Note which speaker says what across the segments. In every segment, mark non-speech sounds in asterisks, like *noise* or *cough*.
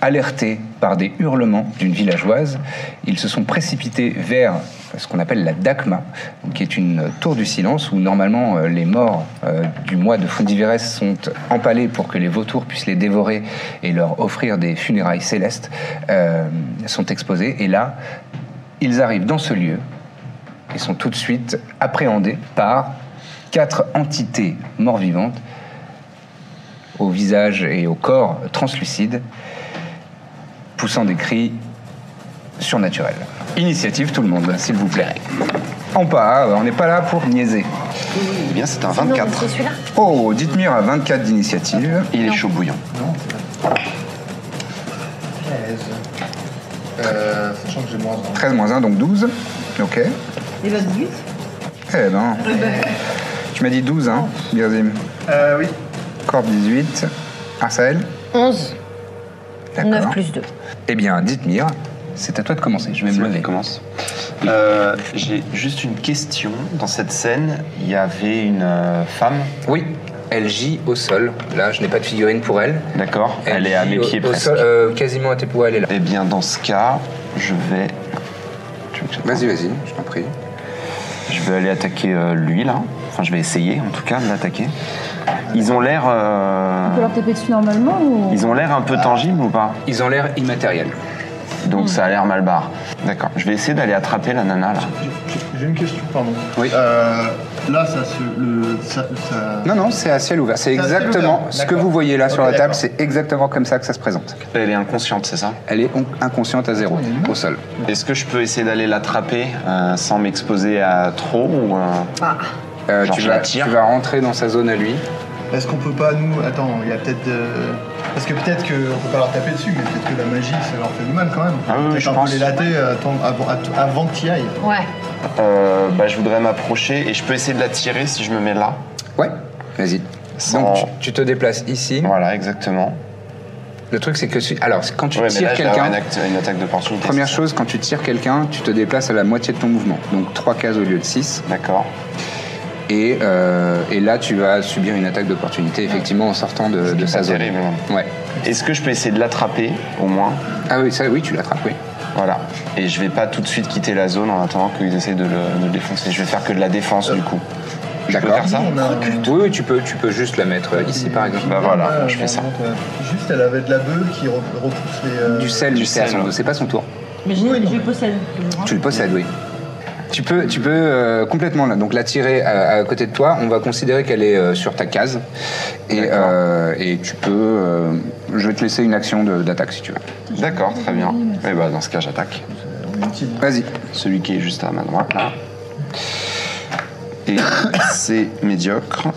Speaker 1: Alertés par des hurlements d'une villageoise, ils se sont précipités vers ce qu'on appelle la Dakma, qui est une tour du silence où normalement euh, les morts euh, du mois de Fundiveres sont empalés pour que les vautours puissent les dévorer et leur offrir des funérailles célestes, euh, sont exposés. Et là, ils arrivent dans ce lieu et sont tout de suite appréhendés par quatre entités morts-vivantes au visage et au corps translucides poussant des cris surnaturels. Initiative tout le monde, s'il vous plaît. On part, on n'est pas là pour niaiser.
Speaker 2: Eh bien, c'est un
Speaker 3: Non, mais
Speaker 2: 24.
Speaker 3: c'est celui-là.
Speaker 1: Oh, Dithmir a 24 d'initiative.
Speaker 2: Il est chaud bouillant.
Speaker 4: Euh, sachant que j'ai moins 20.
Speaker 1: 13 moins 1, donc 12. Ok.
Speaker 5: Et votre but
Speaker 1: Eh ben. Tu m'as dit 12, hein, Birzim.
Speaker 4: Euh, oui.
Speaker 1: Corps 18. Arsael
Speaker 3: 11, 9 plus 2.
Speaker 1: Eh bien, Dithmir, c'est à toi de commencer. Je vais
Speaker 2: C'est
Speaker 1: me
Speaker 2: moi qui
Speaker 1: lever.
Speaker 2: commence. Euh, j'ai juste une question. Dans cette scène, il y avait une euh, femme,
Speaker 1: Oui. Elle gît au sol. Là, je n'ai pas de figurine pour elle.
Speaker 2: d'accord Elle est à
Speaker 1: gît
Speaker 2: mes
Speaker 1: au-
Speaker 2: pieds
Speaker 1: au
Speaker 2: presque.
Speaker 1: sol, euh, quasiment à tes poils, elle est là.
Speaker 2: Eh bien, dans ce cas, je vais. Tu veux que je te
Speaker 1: Vas-y, vas-y, je t'en prie.
Speaker 2: Je vais aller attaquer euh, lui là. Enfin, je vais essayer en tout cas de l'attaquer. Ils ont l'air. euh,
Speaker 5: On peut leur taper dessus normalement ou...
Speaker 2: Ils ont l'air un peu tangibles ou pas
Speaker 1: Ils ont l'air immatériels.
Speaker 2: Donc
Speaker 5: Hmm.
Speaker 2: ça a l'air mal barre. D'accord. Je vais essayer d'aller attraper la nana là.
Speaker 4: J'ai- J'ai une question, pardon.
Speaker 1: Oui.
Speaker 4: Euh, là, ça se. Le, ça, ça-
Speaker 1: Non, non, c'est à ciel ouvert. C'est
Speaker 4: C'est à ciel
Speaker 1: exactement
Speaker 4: ouvert,
Speaker 1: ce que
Speaker 4: d'accord.
Speaker 1: vous voyez là sur
Speaker 4: Ok,
Speaker 1: la
Speaker 4: d'accord.
Speaker 1: table, c'est exactement comme ça que ça se présente.
Speaker 2: Elle est inconsciente, c'est ça
Speaker 1: Elle est on- inconsciente à zéro, au sol.
Speaker 2: Est-ce que je peux essayer d'aller l'attraper euh, sans m'exposer à trop ou euh,
Speaker 1: Euh,
Speaker 2: Genre,
Speaker 1: tu,
Speaker 2: je
Speaker 1: vas,
Speaker 2: la tire.
Speaker 1: tu vas rentrer dans sa zone à lui.
Speaker 4: Est-ce qu'on peut pas, nous. Attends, il y a peut-être. euh, Parce que peut-être qu'on peut pas leur taper dessus, mais peut-être que la magie, ça leur fait du mal quand même.
Speaker 2: Ah oui, oui,
Speaker 4: peut-être
Speaker 2: je
Speaker 4: un
Speaker 2: pense.
Speaker 4: peu les latter euh, attends, avant, att- avant qu'ils aillent.
Speaker 3: Ouais.
Speaker 2: euh, bah, Je voudrais m'approcher et je peux essayer de la tirer si je me mets là.
Speaker 1: Ouais, vas-y.
Speaker 2: Sans-
Speaker 1: Donc tu, tu te déplaces ici.
Speaker 2: Voilà, exactement.
Speaker 1: Le truc c'est que si- alors c'est quand tu
Speaker 2: Ouais, mais
Speaker 1: tires
Speaker 2: là, je vais avoir
Speaker 1: quelqu'un,
Speaker 2: une, act- une attaque d'opportunité.
Speaker 1: première
Speaker 2: c'est ça
Speaker 1: chose quand tu tires quelqu'un, tu te déplaces à la moitié de ton mouvement, donc trois cases au lieu de 6
Speaker 2: D'accord.
Speaker 1: Et, euh, et là tu vas subir une attaque d'opportunité effectivement en sortant de, de sa
Speaker 2: pas
Speaker 1: zone.
Speaker 2: terrible, non.
Speaker 1: Ouais.
Speaker 2: Est-ce que je peux essayer de l'attraper au moins
Speaker 1: Ah oui ça oui tu l'attrapes oui.
Speaker 2: Voilà. Et je vais pas tout de suite quitter la zone en attendant qu'ils essayent de le, de le défoncer. Je vais faire que de la défense du coup. Je peux
Speaker 1: D'accord.
Speaker 2: faire ça
Speaker 4: On a un-
Speaker 1: Oui oui tu peux tu peux juste la mettre euh, ici par exemple.
Speaker 2: Bah voilà, je fais ça.
Speaker 4: euh, vraiment, quoi. Juste, elle avait de la beuh qui re- repousse les. euh,
Speaker 1: Du sel,
Speaker 2: du
Speaker 1: du sel.
Speaker 2: sel.
Speaker 1: C'est pas son tour.
Speaker 5: Mais je,
Speaker 4: Oui, non,
Speaker 5: je
Speaker 4: mais-
Speaker 5: possède. toujours, hein.
Speaker 1: Tu le possèdes, oui. Tu peux, tu peux euh, complètement là, donc la tirer à, à côté de toi. On va considérer qu'elle est euh, sur ta case et, euh, et tu peux. euh, je vais te laisser une action de- d'attaque si tu veux.
Speaker 2: D'accord, très bien. Et bah dans ce cas j'attaque.
Speaker 1: Vas-y.
Speaker 2: Celui qui est juste à ma droite là.
Speaker 1: *coughs*
Speaker 2: Et c'est médiocre.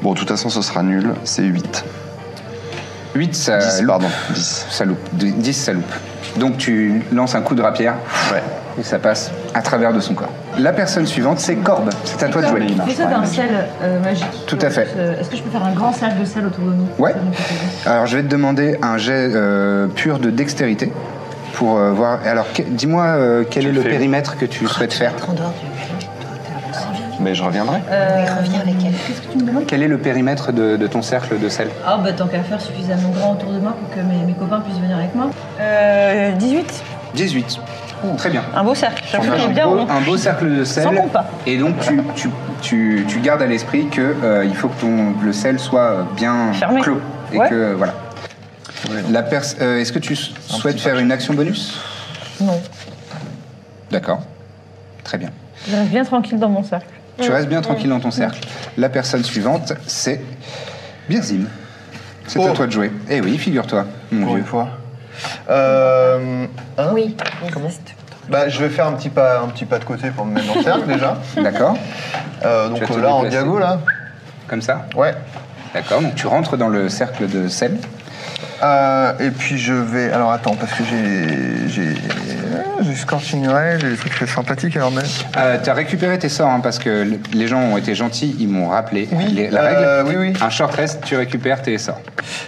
Speaker 2: Bon, de toute façon, ce sera nul. C'est 8.
Speaker 1: 8, ça
Speaker 2: 10,
Speaker 1: loupe.
Speaker 2: pardon. 10.
Speaker 1: Ça loupe. D- 10, ça loupe. Donc tu lances un coup de rapière
Speaker 2: Ouais.
Speaker 1: et ça passe à travers de son corps. La personne suivante, c'est Corbe. C'est à toi de jouer.
Speaker 2: Corbe.
Speaker 5: Mais ça,
Speaker 2: Ouais,
Speaker 5: d'un
Speaker 2: mais-
Speaker 5: sel euh, magique.
Speaker 1: Tout à fait.
Speaker 5: Euh, Est-ce que je peux faire un grand sel de sel autour de nous
Speaker 1: Ouais.
Speaker 5: Ça nous fait plaisir.
Speaker 1: Alors je vais te demander un jet euh, pur de dextérité pour euh, voir. Alors que- dis-moi euh, quel
Speaker 2: Tu
Speaker 1: est
Speaker 2: le
Speaker 1: le
Speaker 2: fais.
Speaker 1: périmètre que tu souhaites faire.
Speaker 2: Mais je reviendrai.
Speaker 5: Euh,
Speaker 3: reviens avec elle.
Speaker 5: Qu'est-ce que tu me demandes
Speaker 1: Quel est le périmètre de, de ton cercle de sel
Speaker 5: Ah, bah tant qu'à faire suffisamment grand autour de moi pour que mes, mes copains puissent venir avec moi.
Speaker 3: Euh, 18.
Speaker 1: 18. Très bien.
Speaker 5: Oh. Un beau cercle.
Speaker 1: On
Speaker 5: J'avoue
Speaker 1: a
Speaker 5: que
Speaker 1: un,
Speaker 5: j'aime bien.
Speaker 1: beau,
Speaker 5: on-
Speaker 1: un beau cercle de sel.
Speaker 5: Sans compas.
Speaker 1: Et donc tu, tu- tu- tu gardes à l'esprit que euh, il faut que ton, le sel soit euh, bien
Speaker 5: Fermé.
Speaker 1: clos et
Speaker 5: Ouais.
Speaker 1: que euh, voilà. La pers- euh, Est-ce que tu s- souhaites faire une action bonus
Speaker 5: Non.
Speaker 1: D'accord. Très bien.
Speaker 5: Je reste bien tranquille dans mon cercle.
Speaker 1: Tu restes bien tranquille dans ton cercle. La personne suivante, c'est Birzim. C'est à
Speaker 6: Oh.
Speaker 1: toi de jouer. Eh oui, figure-toi, mon
Speaker 6: Pour
Speaker 1: vieux.
Speaker 6: une fois. Euh, hein
Speaker 3: Oui.
Speaker 6: Comment Bah, je vais faire un petit pas, un petit pas de côté pour me mettre dans
Speaker 4: *laughs*
Speaker 6: le cercle déjà.
Speaker 1: D'accord
Speaker 6: Euh,
Speaker 1: vas
Speaker 6: donc
Speaker 1: te
Speaker 6: euh, là, en
Speaker 1: déplacer.
Speaker 6: diago, là.
Speaker 1: Comme ça
Speaker 6: Ouais.
Speaker 1: D'accord, donc tu rentres dans le cercle de sel.
Speaker 6: Euh, et puis je vais. Alors attends, parce que j'ai. J'ai. J'ai Scorching Ray, j'ai des trucs très sympathiques alors même.
Speaker 1: Euh, T'as récupéré tes sorts hein, parce que l- les gens ont été gentils, ils m'ont rappelé les- la règle.
Speaker 6: euh, oui, oui.
Speaker 1: Un short rest, tu récupères tes sorts.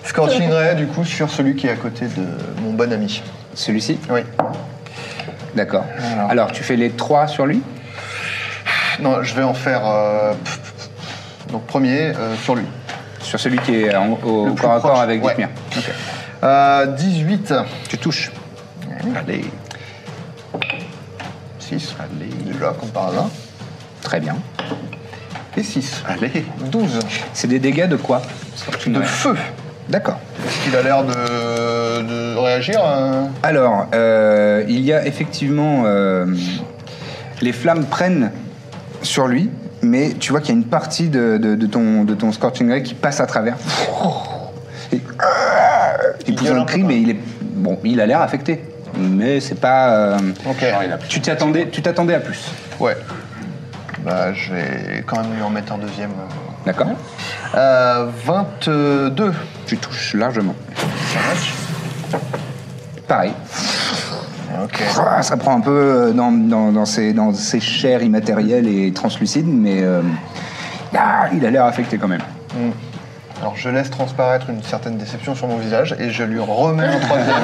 Speaker 6: Scorching Ray, du coup, sur celui qui est à côté de mon bon ami.
Speaker 1: Celui-ci
Speaker 6: Oui.
Speaker 1: D'accord. Alors. tu fais les trois sur lui
Speaker 6: Non, je vais en faire. euh, pff, pff, pff. Donc premier, euh, sur lui.
Speaker 1: Sur celui qui est en- au
Speaker 6: Le plus
Speaker 1: corps à corps
Speaker 6: proche,
Speaker 1: avec
Speaker 6: ouais.
Speaker 1: Dithmir. Ok.
Speaker 6: Euh, 18.
Speaker 1: Tu touches.
Speaker 6: Allez. 6. Allez. Déjà, comme par là.
Speaker 1: Très bien.
Speaker 6: Et 6.
Speaker 1: Ah,
Speaker 6: Allez. 12.
Speaker 1: C'est des dégâts de quoi
Speaker 6: De
Speaker 1: Ouais.
Speaker 6: feu.
Speaker 1: D'accord.
Speaker 6: Est-ce qu'il a l'air de, de réagir euh
Speaker 1: Alors, euh, il y a effectivement. euh, les flammes prennent sur lui, mais tu vois qu'il y a une partie de, de- de ton, de ton Scorching Ray qui passe à travers. Et- euh, il pousse un cri, mais il est. Bon, il a l'air affecté. Mais c'est pas. euh,
Speaker 6: Ok.
Speaker 1: tu t'y attendais, tu t'attendais à plus.
Speaker 6: Ouais. Bah, je vais quand même lui en mettre un deuxième.
Speaker 1: D'accord
Speaker 6: Euh, 22.
Speaker 1: Tu touches largement. Pareil.
Speaker 6: Ok.
Speaker 1: Ça prend un peu euh, dans, dans, dans ses, dans ses chairs immatérielles et translucides, mais euh, ah, il a l'air affecté quand même.
Speaker 6: Alors, je laisse transparaître une certaine déception sur mon visage et je lui remets un troisième.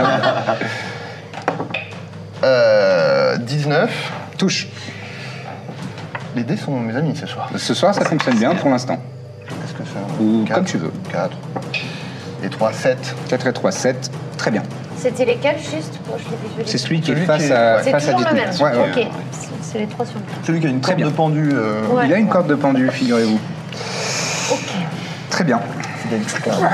Speaker 6: euh, 19.
Speaker 1: Touche.
Speaker 6: Les dés sont mes amis ce soir.
Speaker 1: Ce soir, ça fonctionne bien pour l'instant.
Speaker 6: Qu'est-ce que ça
Speaker 1: Ou
Speaker 6: Quatre.
Speaker 1: comme tu veux.
Speaker 6: 4. Et 3, 7.
Speaker 1: 4 et 3, 7. Très bien.
Speaker 3: C'était lesquels juste pour que je les visualise
Speaker 1: C'est celui qui est
Speaker 6: Celui
Speaker 1: face
Speaker 6: qui est-
Speaker 1: à,
Speaker 3: C'est
Speaker 1: face à
Speaker 3: toujours le
Speaker 1: Dithmir.
Speaker 3: même.
Speaker 1: Ouais, ouais.
Speaker 3: Ok. C'est- C'est les trois sur le
Speaker 6: Celui qui a une
Speaker 1: Très
Speaker 6: corde
Speaker 1: bien.
Speaker 6: de pendu. euh,
Speaker 3: Ouais.
Speaker 1: Il a une corde de pendu, figurez-vous.
Speaker 3: Ok.
Speaker 1: Très bien.
Speaker 6: il a une petite corde.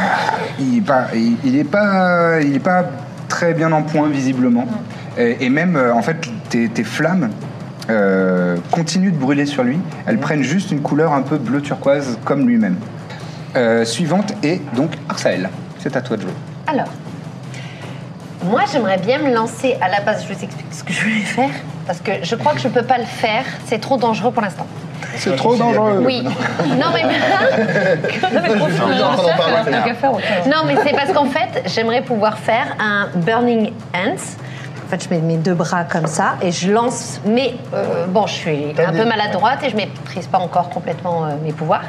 Speaker 1: Il n'est pas, il, il est pas, il est pas très bien en point visiblement. Et, et même, euh, en fait, tes, tes flammes euh, continuent de brûler sur lui. Elles prennent juste une couleur un peu bleu turquoise comme lui-même. Euh, suivante est donc Arsael. C'est à toi de jouer.
Speaker 3: Alors, moi j'aimerais bien me lancer à la base, je vous explique ce que je voulais faire, parce que je crois que je peux pas le faire, c'est trop dangereux pour l'instant.
Speaker 1: C'est trop dangereux.
Speaker 3: Oui. Non mais,
Speaker 5: Non,
Speaker 6: *laughs*
Speaker 5: mais trop fou,
Speaker 6: envie
Speaker 5: dans le
Speaker 6: d'entendre
Speaker 5: cercle,
Speaker 6: parler.
Speaker 5: alors, tant qu'à faire, autant.
Speaker 3: non, mais c'est parce qu'en fait j'aimerais pouvoir faire un Burning Hands. En fait, je mets mes deux bras comme ça et je lance. Mais bon, je suis un peu maladroite et je maîtrise pas encore complètement euh, mes pouvoirs.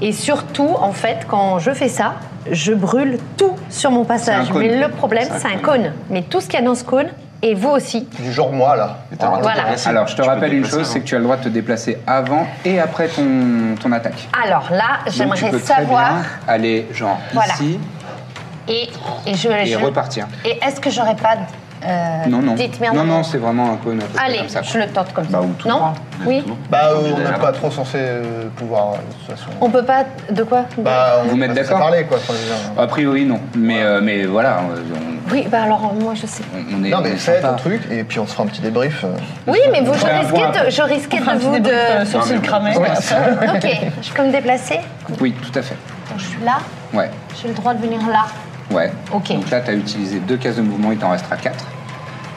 Speaker 3: Et surtout, en fait, quand je fais ça, je brûle tout sur mon passage.
Speaker 1: C'est un cône.
Speaker 3: Mais le problème, c'est un cône. Mais tout ce qu'il y a dans ce cône, et vous aussi,
Speaker 6: Du genre moi là.
Speaker 3: Voilà.
Speaker 1: Alors, je te
Speaker 2: Tu peux
Speaker 1: rappelle une
Speaker 2: déplacer
Speaker 1: chose,
Speaker 2: avant.
Speaker 1: c'est que tu as le droit de te déplacer avant et après ton, ton attaque.
Speaker 3: Alors là,
Speaker 1: Donc, tu
Speaker 3: j'aimerais
Speaker 1: peux très
Speaker 3: savoir
Speaker 1: bien aller genre
Speaker 3: Voilà.
Speaker 1: ici
Speaker 3: et, et je,
Speaker 1: et
Speaker 3: je-
Speaker 1: repartir.
Speaker 3: Et est-ce que j'aurais pas euh,
Speaker 1: Non, non.
Speaker 3: dites merde
Speaker 1: Non, non, c'est vraiment un cône à peu près
Speaker 3: Allez,
Speaker 1: comme ça.
Speaker 3: je le tente comme ça.
Speaker 1: Bah, ou tout
Speaker 3: non
Speaker 1: droit.
Speaker 3: Oui.
Speaker 6: Bah, euh, on n'est pas trop censé euh, pouvoir, euh, de toute façon.
Speaker 3: On peut pas de quoi
Speaker 6: Bah, on
Speaker 1: Vous
Speaker 6: peut
Speaker 1: mettre
Speaker 6: pas se
Speaker 1: d'accord
Speaker 6: parler quoi. enfin, je veux dire.
Speaker 1: A priori, non. Mais, euh, mais voilà,
Speaker 3: Oui, bah alors moi je sais.
Speaker 1: on, on- on est.
Speaker 6: Non,
Speaker 1: on
Speaker 6: mais
Speaker 1: est
Speaker 6: fais
Speaker 1: sympa.
Speaker 6: ton truc et puis on se fera un petit débrief. euh.
Speaker 3: Oui, mais vous, je
Speaker 1: Ouais, voilà.
Speaker 3: risquais de, je risquais
Speaker 5: Enfin,
Speaker 3: de vous
Speaker 5: petit débrief, euh,
Speaker 3: de.
Speaker 5: sourcil cramé.
Speaker 6: *laughs*
Speaker 3: *laughs* Ok, je peux me déplacer.
Speaker 1: Oui, tout à fait.
Speaker 3: Donc, je suis là.
Speaker 1: Ouais,
Speaker 3: J'ai le droit de venir là.
Speaker 1: ouais.
Speaker 3: Ok.
Speaker 1: Donc là, tu as utilisé deux cases de mouvement, il t'en restera quatre.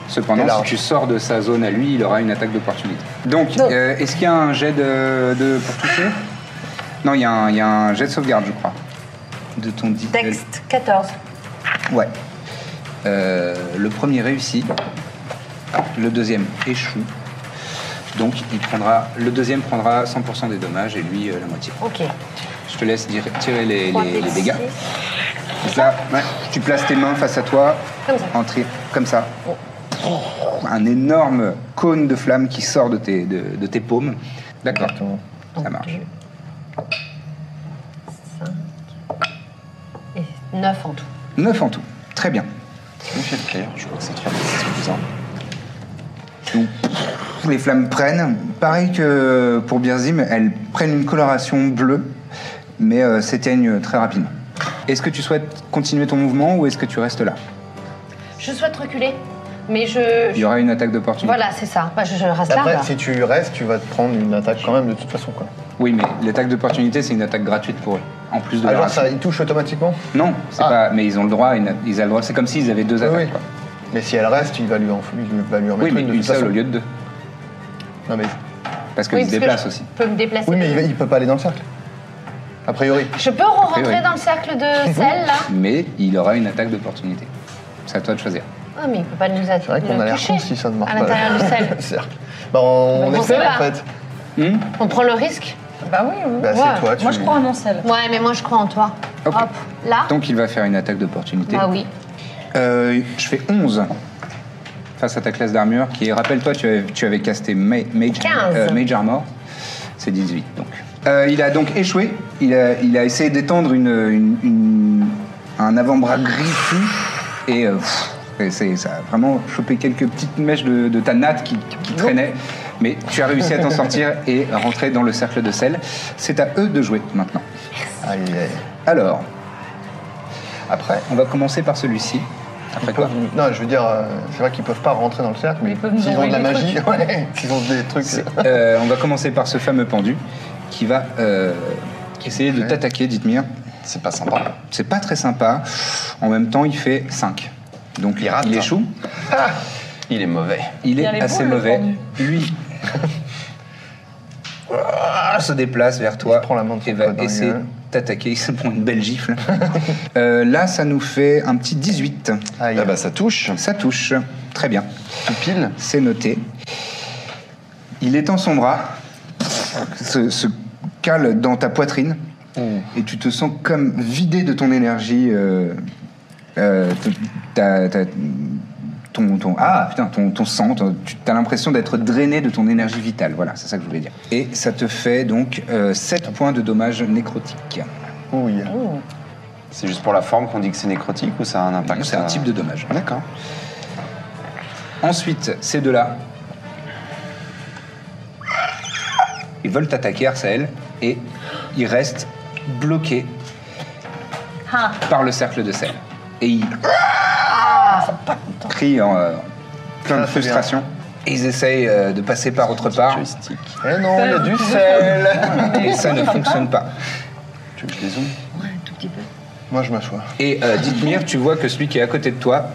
Speaker 1: Cependant,
Speaker 6: Et là.
Speaker 1: si tu sors de sa zone à lui, il aura une attaque d'opportunité. Donc,
Speaker 3: Donc.
Speaker 1: euh, est-ce qu'il y a un jet de, de- pour toucher Non, il y, a un- il y a un jet de sauvegarde, je crois. De ton dit.
Speaker 3: Texte 14.
Speaker 1: Ouais. Euh, le premier réussit, le deuxième échoue. Donc il prendra, le deuxième prendra 100% des dommages et lui euh, la moitié.
Speaker 3: Ok.
Speaker 1: Je te laisse dire- tirer les,
Speaker 3: Trois
Speaker 1: les- les
Speaker 3: textes.
Speaker 1: dégâts. Donc là, ouais, tu places tes mains face à toi,
Speaker 3: Comme ça.
Speaker 1: en tri- comme ça. Un énorme cône de flamme qui sort de tes, de, de tes paumes. D'accord, ça marche.
Speaker 3: 5 et 9 en tout.
Speaker 1: Neuf en tout. Très bien.
Speaker 2: Je me fais le clair, je crois que c'est 3 c'est bizarre.
Speaker 1: Donc, pff, les flammes prennent. Pareil que pour Birzim, elles prennent une coloration bleue, mais euh, s'éteignent très rapidement. Est-ce que tu souhaites continuer ton mouvement ou est-ce que tu restes là
Speaker 3: Je souhaite reculer, mais je.
Speaker 1: Il y aura une attaque d'opportunité.
Speaker 3: Voilà, c'est ça. Bah, je, je reste là.
Speaker 6: Après,
Speaker 3: alors.
Speaker 6: si tu restes, tu vas te prendre une attaque quand même de toute façon. Quoi.
Speaker 1: Oui, mais l'attaque d'opportunité, c'est une attaque gratuite pour eux. En plus de
Speaker 6: Ah,
Speaker 1: leur
Speaker 6: genre,
Speaker 1: action.
Speaker 6: ça, il touche automatiquement
Speaker 1: Non, c'est
Speaker 6: Ah.
Speaker 1: pas. Mais ils ont le droit. à une- Ils ont le droit. C'est comme s'ils avaient deux
Speaker 6: Oui,
Speaker 1: attaques.
Speaker 6: oui.
Speaker 1: quoi.
Speaker 6: Mais si elle reste, il va lui en, il va lui en
Speaker 1: Oui,
Speaker 6: mettre
Speaker 1: mais
Speaker 6: une de
Speaker 1: une
Speaker 6: toute
Speaker 1: seule
Speaker 6: façon.
Speaker 1: au lieu de deux.
Speaker 6: Non, mais...
Speaker 1: Parce qu'ils
Speaker 3: Oui,
Speaker 1: se
Speaker 3: parce que
Speaker 1: déplacent
Speaker 3: je
Speaker 1: aussi.
Speaker 3: peux me déplacer.
Speaker 6: Oui, mais il, va- il peut pas aller dans le cercle. A priori.
Speaker 3: Je peux re-rentrer
Speaker 1: priori.
Speaker 3: dans le
Speaker 6: *laughs*
Speaker 3: cercle de sel, là
Speaker 1: Mais il aura une attaque d'opportunité. C'est à toi de choisir.
Speaker 3: Ah, mais il peut pas nous attaquer.
Speaker 6: C'est vrai qu'on a l'air con si ça ne marche
Speaker 3: À
Speaker 6: pas.
Speaker 3: l'intérieur du
Speaker 6: *laughs*
Speaker 3: sel.
Speaker 6: cercle. Bah, on,
Speaker 3: Mais on
Speaker 6: essaie
Speaker 3: sait
Speaker 6: en
Speaker 3: pas.
Speaker 6: fait.
Speaker 1: Hmm
Speaker 3: On prend le risque
Speaker 7: Bah oui, oui.
Speaker 6: Bah,
Speaker 3: Ouais.
Speaker 6: c'est toi, tu.
Speaker 7: Moi, je crois en mon sel.
Speaker 3: Ouais, mais moi je crois en toi.
Speaker 1: Ok.
Speaker 3: Hop, là
Speaker 1: Donc il va faire une attaque d'opportunité.
Speaker 3: Bah oui.
Speaker 1: Euh, je fais 11 face à ta classe d'armure qui est, rappelle-toi, tu avais, tu avais casté ma- Mage,
Speaker 3: 15.
Speaker 1: euh, Mage Armor. C'est 18 donc. Euh, il a donc échoué. Il a, il a essayé d'étendre une, une- une- un avant-bras griffu et, euh, pff, et c'est- ça a vraiment chopé quelques petites mèches de, de ta natte qui, qui traînaient. Mais tu as réussi à t'en sortir et à rentrer dans le cercle de sel. C'est à eux de jouer maintenant.
Speaker 6: Aïe, aïe.
Speaker 1: Alors,
Speaker 6: Après,
Speaker 1: on va commencer par celui-ci. Après
Speaker 6: ils peuvent-
Speaker 1: quoi
Speaker 6: Non, je veux dire, euh, c'est vrai qu'ils peuvent pas rentrer dans le cercle, mais
Speaker 7: Ils peuvent nous
Speaker 6: s'ils ont de la
Speaker 7: envoyer des
Speaker 6: magie, *laughs* ouais, s'ils ont des trucs.
Speaker 1: Euh, on va commencer par ce fameux pendu qui va euh, essayer de t'attaquer, Dithmir.
Speaker 6: C'est pas sympa.
Speaker 1: C'est pas très sympa. En même temps, il fait 5. Donc il,
Speaker 6: rate.
Speaker 1: échoue.
Speaker 2: Il est mauvais.
Speaker 1: Il est
Speaker 7: a les boules,
Speaker 1: assez
Speaker 7: le
Speaker 1: mauvais.
Speaker 7: pendu.
Speaker 1: Lui *laughs* Ah, se déplace vers toi
Speaker 6: prend la main de son
Speaker 1: et va
Speaker 6: pote dans la
Speaker 1: essayer de
Speaker 6: gueule.
Speaker 1: t'attaquer. Il se prend une belle gifle. Euh, là, ça nous fait un petit 18.
Speaker 6: Aïe.
Speaker 2: Ah bah ça touche.
Speaker 1: Ça touche. Très bien.
Speaker 6: Tout pile.
Speaker 1: C'est noté. Il étend son bras, se, se cale dans ta poitrine, et tu te sens comme vidé de ton énergie. euh, euh, t- ta- ta- ton, ton- ah putain, ton, ton sang, ton- tu as l'impression d'être drainé de ton énergie vitale. Voilà, c'est ça que je voulais dire. Et ça te fait donc 7 points de dommages nécrotiques.
Speaker 6: Ouille.
Speaker 2: C'est juste pour la forme qu'on dit que c'est nécrotique ou ça a un impact
Speaker 1: C'est un type de dommage.
Speaker 2: D'accord.
Speaker 1: Ensuite, ces deux-là, ils veulent t'attaquer, Arsael, et ils restent bloqués
Speaker 7: Ah.
Speaker 1: par le cercle de sel. Et ils crient en euh, plein de
Speaker 6: Ça, c'est bien.
Speaker 1: frustration. Et ils essayent euh, de passer par autre part,
Speaker 2: Joystick.
Speaker 6: Eh non, il y a du sel.
Speaker 1: et ça ne fonctionne pas.
Speaker 2: Tu veux que je les zoome
Speaker 6: Moi, je m'assois.
Speaker 1: Et euh, Dithmir, tu vois que celui qui est à côté de toi,